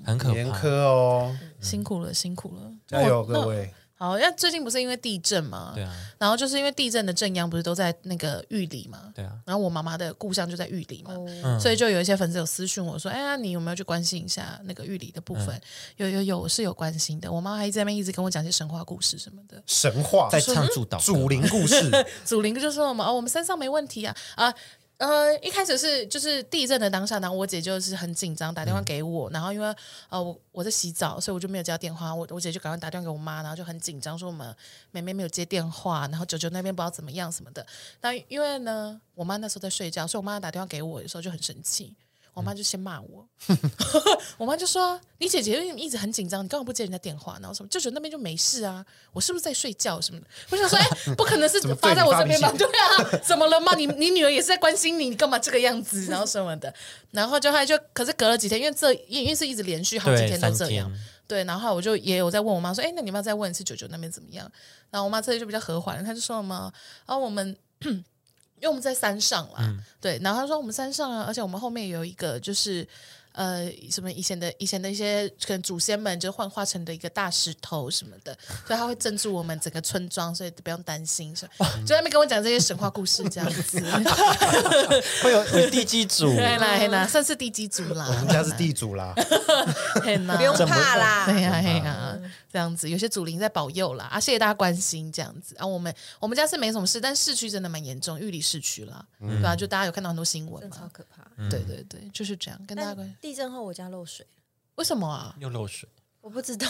S1: 很可
S3: 严苛
S1: 怕。
S3: 哦，
S2: 辛苦了，辛苦了，
S3: 加油
S2: 哇那
S3: 各位，
S2: 好，那最近不是因为地震嘛？
S1: 对啊，
S2: 然后就是因为地震的震央不是都在那个玉里嘛？
S1: 对啊，
S2: 然后我妈妈的故乡就在玉里嘛，
S4: 哦，
S1: 嗯，
S2: 所以就有一些粉丝有私讯我说：“哎呀，你有没有去关心一下那个玉里的部分？”
S1: 嗯
S2: 有有有，我是有关心的。我妈还一直在那边一直跟我讲一些神话故事什么的。
S3: 神话
S1: 在唱祝祷歌
S3: 祖灵故 事，
S2: 祖灵就说我们哦，我们山上没问题啊啊。呃，一开始是就是地震的当下，然后我姐就是很紧张，打电
S3: 嗯
S2: 话给我，然后因为呃我我在洗澡，所以我就没有接到电话，我我姐就赶快打电话给我妈，然后就很紧张说我们妹妹没有接电话，然后九九那边不知道怎么样什么的。那因为呢，我妈那时候在睡觉，所以我妈打电话给我的时候就很生气，我
S3: 嗯
S2: 妈就先骂我， 我妈就说：“你姐姐为什么一直很紧张？你干嘛不接人家电话？然后什么舅舅那边就没事啊，我是不是在睡觉什么的？”我想说，哎、不可能是
S3: 么对
S2: 发
S3: 你
S2: 在我
S3: 发
S2: 这边吧？
S3: 脾气
S2: 对啊，怎么了吗？你你女儿也是在关心你，你干嘛这个样子？然后什么的，然后就还就可是隔了几天，因为这因为是一直连续好几
S1: 对
S2: 天都
S1: 三
S2: 这样
S1: 天，，
S2: 对，然后我就也有在问我妈说，哎，那你要不要再问一次九九那边怎么样？然后我妈这里就比较和缓了，她就说什么，啊，我们。 因为我们在山上啦，
S3: 嗯
S2: 对，然后她说我们山上啊，而且我们后面有一个就是，呃，什么以前的以前的一些可能祖先们就幻化成的一个大石头什么的，所以他会镇住我们整个村庄，所以不用担心什
S3: 哦
S2: 么，就在那边跟我讲这些神话故事这样 子，
S1: 会有有地基 组，
S2: 对啦，嘿啦，算是地基组啦，
S3: 我们家是地主啦，
S2: 嘿啦，
S4: 不用怕啦，
S2: 对哎呀、对呀、这样子有些祖灵在保佑啦啊！谢谢大家关心，这样子啊，我们我们家是没什么事，但市区真的蛮严重，玉里市区啦，对啊，就大家有看到很多新闻
S4: 真的超
S2: 嘛，
S4: 可怕。
S2: 对对对，就是这样，跟大家关
S4: 但地震后我家漏水，
S2: 为什么啊？
S1: 又漏水，
S4: 我不知道，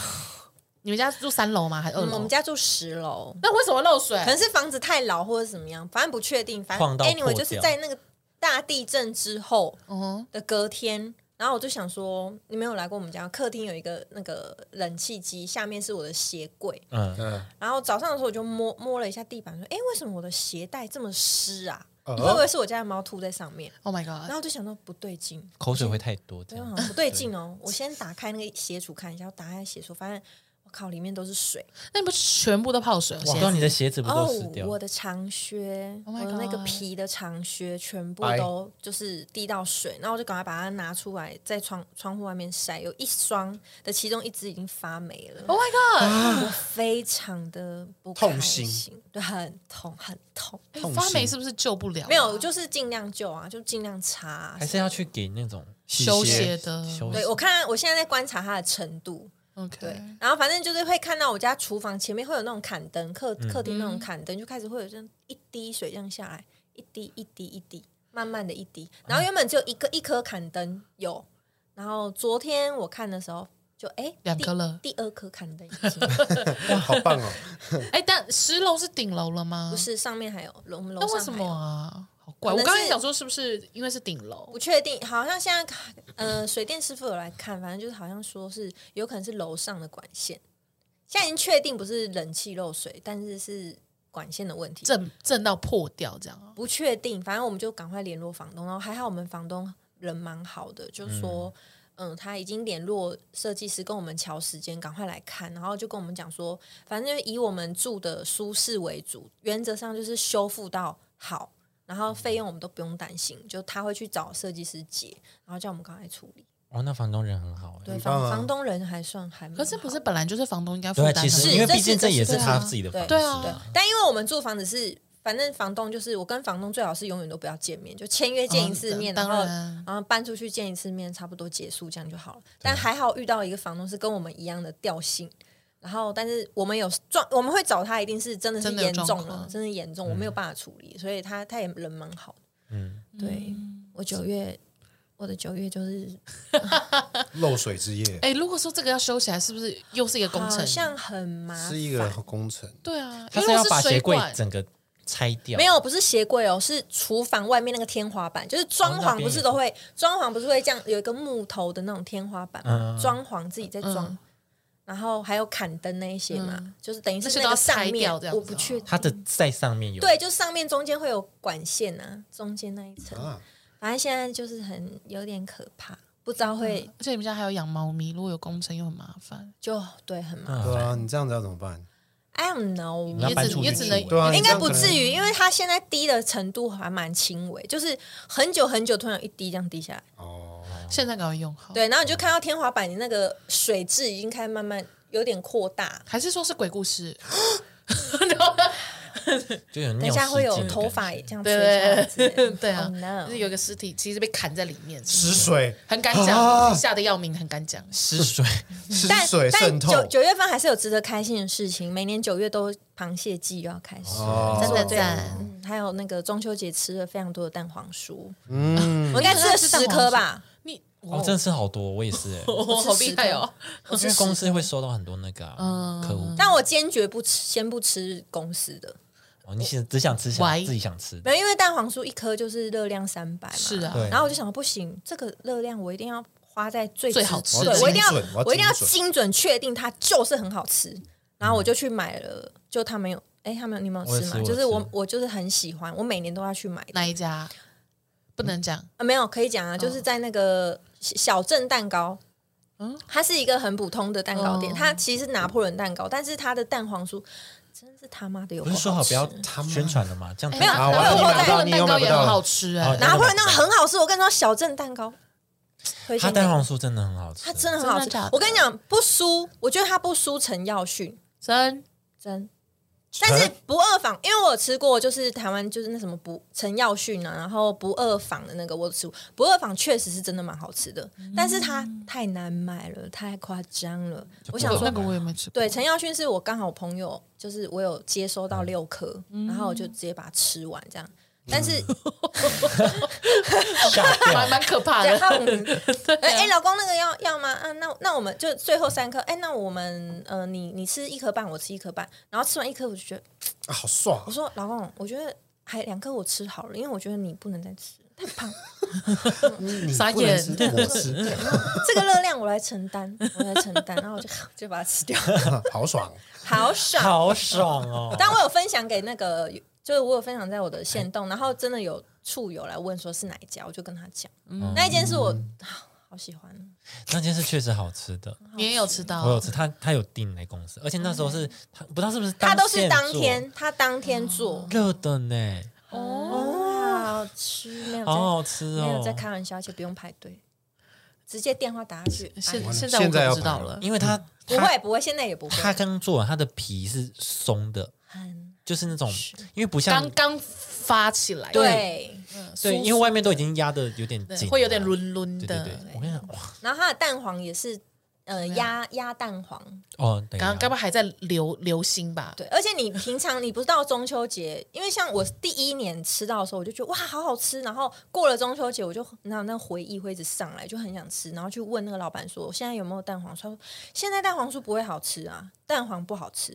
S2: 你们家住三楼吗？还是二
S4: 嗯
S2: 楼？
S4: 我们家住十楼，
S2: 那为什么漏水？
S4: 可能是房子太老或者怎么样，反正不确定。反
S1: 晃
S4: 正
S1: 到
S4: anyway
S1: 破
S4: 就是
S1: 掉
S4: 在那个大地震之后
S2: 嗯
S4: 的隔天。然后我就想说，你没有来过我们家，客厅有一个那个冷气机，下面是我的鞋柜。
S1: 嗯，
S3: 嗯，
S4: 然后早上的时候我就摸摸了一下地板，说：“哎，为什么我的鞋带这么湿啊？
S3: 哦
S4: 会不会是我家的猫吐在上面？”
S2: ，Oh my
S4: 然
S2: god！
S4: 后我就想到不对劲，
S1: 口水会太多，这
S4: 对，
S1: 样
S4: 好像不对劲哦。我先打开那个鞋橱看一下，我打开鞋橱发现，我靠，里面都是水。
S2: 那你不是全部都泡水了？
S1: 哇，
S2: 鞋
S1: 到
S2: 子
S1: 你的鞋子不
S4: 哦
S1: 都湿掉，？
S4: 我的长靴
S2: Oh
S4: 我
S2: my
S4: 的那个
S2: God
S4: 皮的长靴全部
S3: 哎
S4: 都就是滴到水，然后我就赶快把它拿出来，在窗窗户外面晒。有一双的其中一只已经发霉了。
S2: ，Oh my god！
S4: 我非常的不开
S3: 痛心
S4: 对，很痛，很痛。
S2: 哎
S3: 痛
S2: 发霉
S3: 心
S2: 是不是救不了啊？
S4: 没有，就是尽量救啊，就尽量擦啊、
S1: 还是要去给那种
S2: 修
S3: 洗
S2: 鞋
S3: 鞋
S2: 的。
S1: 修
S4: 对我看，我现在在观察它的程度，对
S2: OK，，
S4: 然后反正就是会看到我家厨房前面会有那种砍灯，客客厅那种砍灯，就开始会有这样一滴水这样下来，一滴一滴一滴，慢慢的一滴。然后原本只有一个一颗砍灯有，然后昨天我看的时候就哎
S2: 两颗了。啊
S4: 第，第二颗砍灯已 经
S3: 哇，好棒哦！
S2: 哎，但十楼是顶楼了吗？
S4: 不，是上面还有我们楼
S2: 那为什
S4: 上还
S2: 么
S4: 有。
S2: 啊？好怪！
S4: 可
S2: 我
S4: 能
S2: 刚才
S4: 是
S2: 想说是不是因为是顶楼
S4: 不？确定，好像现在呃，水电师傅有来看，反正就是好像说是有可能是楼上的管线，现在已经确定不是冷气漏水，但是是管线的问题。
S2: 震震到破掉这样啊。
S4: 不确定，反正我们就赶快联络房东，然后还好我们房东人蛮好的，就说。嗯他已经联络设计师跟我们瞧时间，赶快来看，然后就跟我们讲说，反正就以我们住的舒适为主，原则上就是修复到好，然后费用我们都不用担心，就他会去找设计师结，然后叫我们赶快处理。
S1: 哦，那房东人很好，哎
S4: 对，
S3: 很
S4: 房
S3: 棒啊
S4: 房东人还算还蛮好，
S2: 可是不是本来就是房东应该负
S1: 对啊，
S2: 担的
S1: 其
S2: 吗？
S1: 实
S4: 是
S1: 因为
S4: 这
S1: 毕竟
S4: 是
S1: 这
S4: 这
S1: 也
S4: 是
S1: 是
S2: 对
S1: 他
S2: 啊
S1: 自己的
S4: 对
S1: 房子，
S2: 对啊
S4: 对，但因为我们住房子是反正房东就是我跟房东最好是永远都不要见面，就签约见一次面，
S2: 嗯
S4: 然
S2: 当
S4: 后
S2: 然
S4: 然后搬出去见一次面，差不多结束这样就好了。但还好遇到一个房东是跟我们一样的调性，然后但是我们有状，我们会找他一定是真的是
S2: 真的有
S4: 严重
S2: 状
S4: 了
S2: 况，
S4: 真的严重，我没有办法处理，所以他他也人蛮好的。
S1: 嗯，
S4: 对我九月，我的九月就是
S3: 漏水之夜
S2: 哎，如果说这个要修起来，是不是又是一个工
S4: 好
S2: 程？
S4: 像很麻
S3: 是一个
S4: 烦。
S3: 工程，
S2: 对啊，
S1: 他
S2: 因
S1: 是
S2: 为
S1: 要
S2: 如果
S1: 把
S2: 是
S1: 鞋
S2: 水
S1: 柜
S2: 管，
S1: 整个拆掉，
S4: 没有，不是鞋柜哦，是厨房外面那个天花板，就是装
S1: 哦那
S4: 潢
S1: 边
S4: 不是都会，装潢不是会这样有一个木头的那种天花板嘛
S1: 嗯，
S4: 装潢自己在装，
S2: 嗯
S4: 然后还有砍灯那一些嘛，
S2: 嗯
S4: 就是等于
S2: 那
S4: 是
S2: 些
S4: 那
S2: 都
S4: 个
S2: 要
S4: 上
S2: 拆
S4: 面
S2: 掉这样子
S4: 我
S2: 哦
S4: 不确定，
S1: 它的在上面有
S4: 对，就上面中间会有管线啊，中间那一层，
S3: 啊，
S4: 反正现在就是很有点可怕，不知道会、
S2: 而且你们家还有养猫咪，如果有工程又很麻烦，
S4: 就对很
S1: 哎
S4: 麻烦、
S3: 对啊，你这样子要怎么办？
S4: i don't know，
S1: 嗯你要
S2: 也
S1: 搬
S2: 只
S1: 出
S2: 也
S1: 去
S2: 只
S1: 住
S2: 能
S1: 欸
S3: 对啊，
S4: 应该不
S3: 于。
S4: 至于，因为它现在低的程度还蛮轻微，就是很久很久突然有一滴这样滴下来，
S3: 哦，
S2: 现在赶快用好。，
S4: 对，然后你就看到天花板的那个水质已经开始慢慢有点扩大，
S2: 还是说是鬼故 事？
S4: 哦
S1: 就有
S4: 等
S1: 尿
S4: 一下
S1: 失
S4: 会有
S1: 禁的
S4: 头
S1: 感
S4: 发
S1: 觉
S4: 也这样吹出来
S2: 对
S4: 之类 的。
S2: 对啊
S4: Oh，no
S2: 就是有一个尸体，其实被砍在里面，
S3: 失水，
S2: 很敢
S3: 啊
S2: 讲，吓得要命，很敢讲。
S1: 失 水，
S3: 失
S4: 但
S3: 水渗
S4: 但
S3: 透
S4: 九九月份还是有值得开心的事情，每年九月都螃蟹季又要开始，
S3: 哦
S4: 真的
S2: 赞赞
S4: 嗯，还有那个中秋节吃了非常多的蛋黄酥，
S3: 嗯，
S4: 我应该吃了十颗吧，
S2: 你
S1: 我哦真的吃好多，我也是欸，
S2: 哦好厉害哦！
S4: 我
S1: 因
S4: 吃
S1: 为
S4: 十
S1: 公司会收到很多那个啊客户，
S4: 嗯但我坚决不吃，先不吃公司的，
S1: 哦，你想只想吃想
S2: Why？
S1: 自己想吃的，
S4: 没有，因为蛋黄酥一颗就是热量三百嘛，
S2: 是啊
S1: 对
S4: 然后我就想，不行，这个热量我一定要花在最
S2: 最好吃
S4: 对
S2: 的
S4: 我一定要
S3: 我要精准
S4: 我一定要
S3: 我要精
S4: 精准确定它就是很好吃。然后我就去买了，就他们有，哎，他们有你们有吃
S1: 嗯我
S4: 吗？
S1: 有吃
S4: 就是
S1: 我有
S4: 我
S1: 吃
S4: 我就是很喜欢，我每年都要去买的
S2: 哪一家？不能讲，
S4: 啊，没有可以讲啊，就是在那个小小镇蛋糕。
S2: 嗯
S4: 它是一个很普通的蛋糕店，
S2: 哦
S4: 它其实是拿破仑蛋糕，但是它的蛋黄酥真是他妈的有
S1: 不
S4: 够
S1: 是
S4: 吃。
S1: 说好不要
S3: 他妈
S1: 宣传的吗？这样
S2: 哎
S1: 太
S4: 有
S1: 麻
S3: 好，
S4: 没
S3: 我
S4: 有
S3: 要
S4: 我
S3: 你买不到，你
S4: 在
S2: 蛋
S3: 又
S2: 糕
S3: 买不
S2: 也
S3: 到
S2: 很好
S3: 了，
S2: 吃
S1: 好
S2: 哎，
S1: 的
S4: 拿破仑那个很好吃，我跟你说，小镇蛋糕，推
S1: 它
S4: 荐
S1: 蛋
S4: 给你
S1: 黄酥真的很好吃，
S4: 它真的很好
S2: 真
S4: 吃
S2: 的假的。
S4: 我跟你讲，不输，我觉得它不输陈耀迅，
S2: 真
S4: 真。但是不二坊，因为我有吃过，就是台湾就是那什么不陈耀迅啊，然后不二坊的那个我有吃过，不二坊确实是真的蛮好吃的，但是它太难买了，太夸张了。
S1: 就
S4: 我
S1: 不
S4: 想
S1: 好
S4: 说
S2: 那，个我也没吃过。
S4: 对，陈耀迅是我刚好朋友，就是我有接收到六颗，然后我就直接把它吃完这样。但是，
S1: 吓
S2: 蛮
S1: 掉，
S2: 蛮可怕
S4: 然
S2: 的。
S4: 后啊 哎、哎，老公，那个要要吗？啊，那那我们就最后三颗。哎、那我们呃，你你吃一颗半，我吃一颗半。然后吃完一颗，我就觉得，
S3: 啊好爽
S4: 我，说老公，我觉得还两颗我吃好了，因为我觉得你不能再吃，太胖，
S3: 你
S2: 傻眼
S3: 不能吃我吃，
S4: 这个热量我来承担，我来承担。然后我就就把它吃掉，
S3: 啊好爽，
S4: 好爽。
S1: 好爽哦！
S4: 但我有分享给那个，就是我有分享在我的线动，然后真的有处友来问说是哪一家，我就跟他讲，那一间是我、啊好喜欢，
S1: 那件是确实好吃的，
S2: 你也有吃到？
S1: 我有吃，他他有订来公司，而且那时候是他不知道是不是
S4: 嗯他都
S1: 现
S4: 是当
S1: 做
S4: 天，他当天做。
S1: 热的呢，
S4: 哦，好吃，没有在、
S1: 好好吃
S4: 没有在
S1: 哦。
S4: 开玩笑，而且不用排队，直接电话打下去。哎
S2: 现
S3: 了
S2: 现在我
S3: 现在
S2: 可
S3: 要
S2: 知道
S3: 排了
S2: 了，
S1: 因为它
S4: 嗯不会不会，现在也不会，
S1: 它刚做完，它的皮是松的，
S4: 很
S1: 就是那种，因为不像
S2: 刚刚发起来，
S4: 对。
S2: 嗯
S1: 对，因为外面都已经压的有点
S2: 对
S1: 紧了，
S2: 会有点抡抡
S1: 对对
S2: 的
S1: 对。，我跟你讲，哇
S4: 然后它的蛋黄也是呃鸭鸭蛋黄，
S1: 哦，等一下
S2: 刚刚不还在流流星吧？
S4: 对。而且你平常你不是到中秋节，因为像我第一年吃到的时候，我就觉得哇好好吃，然后过了中秋节，我就那那回忆会一直上来，就很想吃，然后去问那个老板说现在有没有蛋黄酥，他说现在蛋黄酥不会好吃啊，蛋黄不好吃。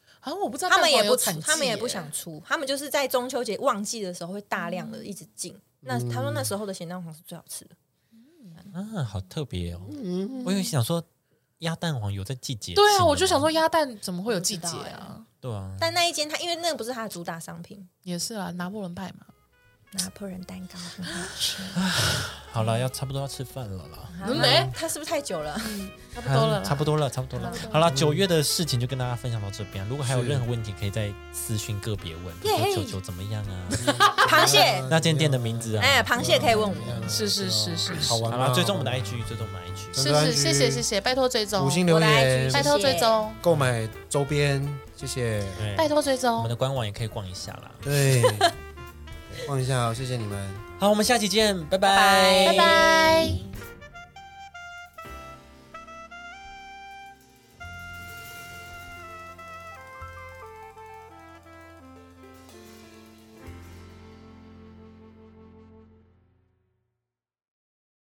S2: 好像啊我不知道
S4: 他们也
S2: 蛋黄
S4: 不
S2: 有产季
S4: 他们也不
S2: 耶
S4: 想出，他们就是在中秋节旺季的时候会大量
S2: 嗯
S4: 的一直进。那他说那时候的咸蛋黄是最好吃的，
S1: 啊，好特别哦。我有想说，鸭蛋黄有在季节性的吗，
S2: 嗯对啊，我就想说鸭蛋怎么会有季节
S4: 不知道
S2: 啊？
S1: 对啊，
S4: 但那一间它因为那个不是它的主打商品，
S2: 也是啊，拿破仑派嘛，
S4: 拿破仑蛋 糕很好
S2: 嗯
S4: 吃。
S1: 好了，要差不多要吃饭了啦，
S4: 好那
S2: 哎
S4: 它是不是太久了？
S2: 差不多了
S1: 嗯
S2: 啦，
S1: 差不多了，差不多了。好了，九月的事情就跟大家分享到这边。如果还有任何问题，可以再私讯个别问，比如说
S4: 耶
S1: 九九怎么样 啊？
S4: 螃蟹，
S1: 那间店的名字啊？
S4: 哎，螃蟹可以问我们。
S2: 是是是是是
S3: 好玩
S1: 好
S3: 吗
S1: 了，追踪我们的 IG，追踪我们的 IG。
S2: 是
S3: 多安
S2: 是，
S3: 居
S2: 谢谢谢谢，拜托追踪
S3: 五，星
S4: 我
S3: 留
S4: 的 IG
S3: 言
S4: 是，
S2: 拜托追踪，
S3: 购买周边，谢谢。
S1: 对
S2: 拜托追
S1: 我们
S2: 踪
S1: 的，官网也可以逛一下啦。
S3: 对，放一下哦，谢谢你们。
S1: 好，我们下期见，拜
S4: 拜
S2: 拜拜。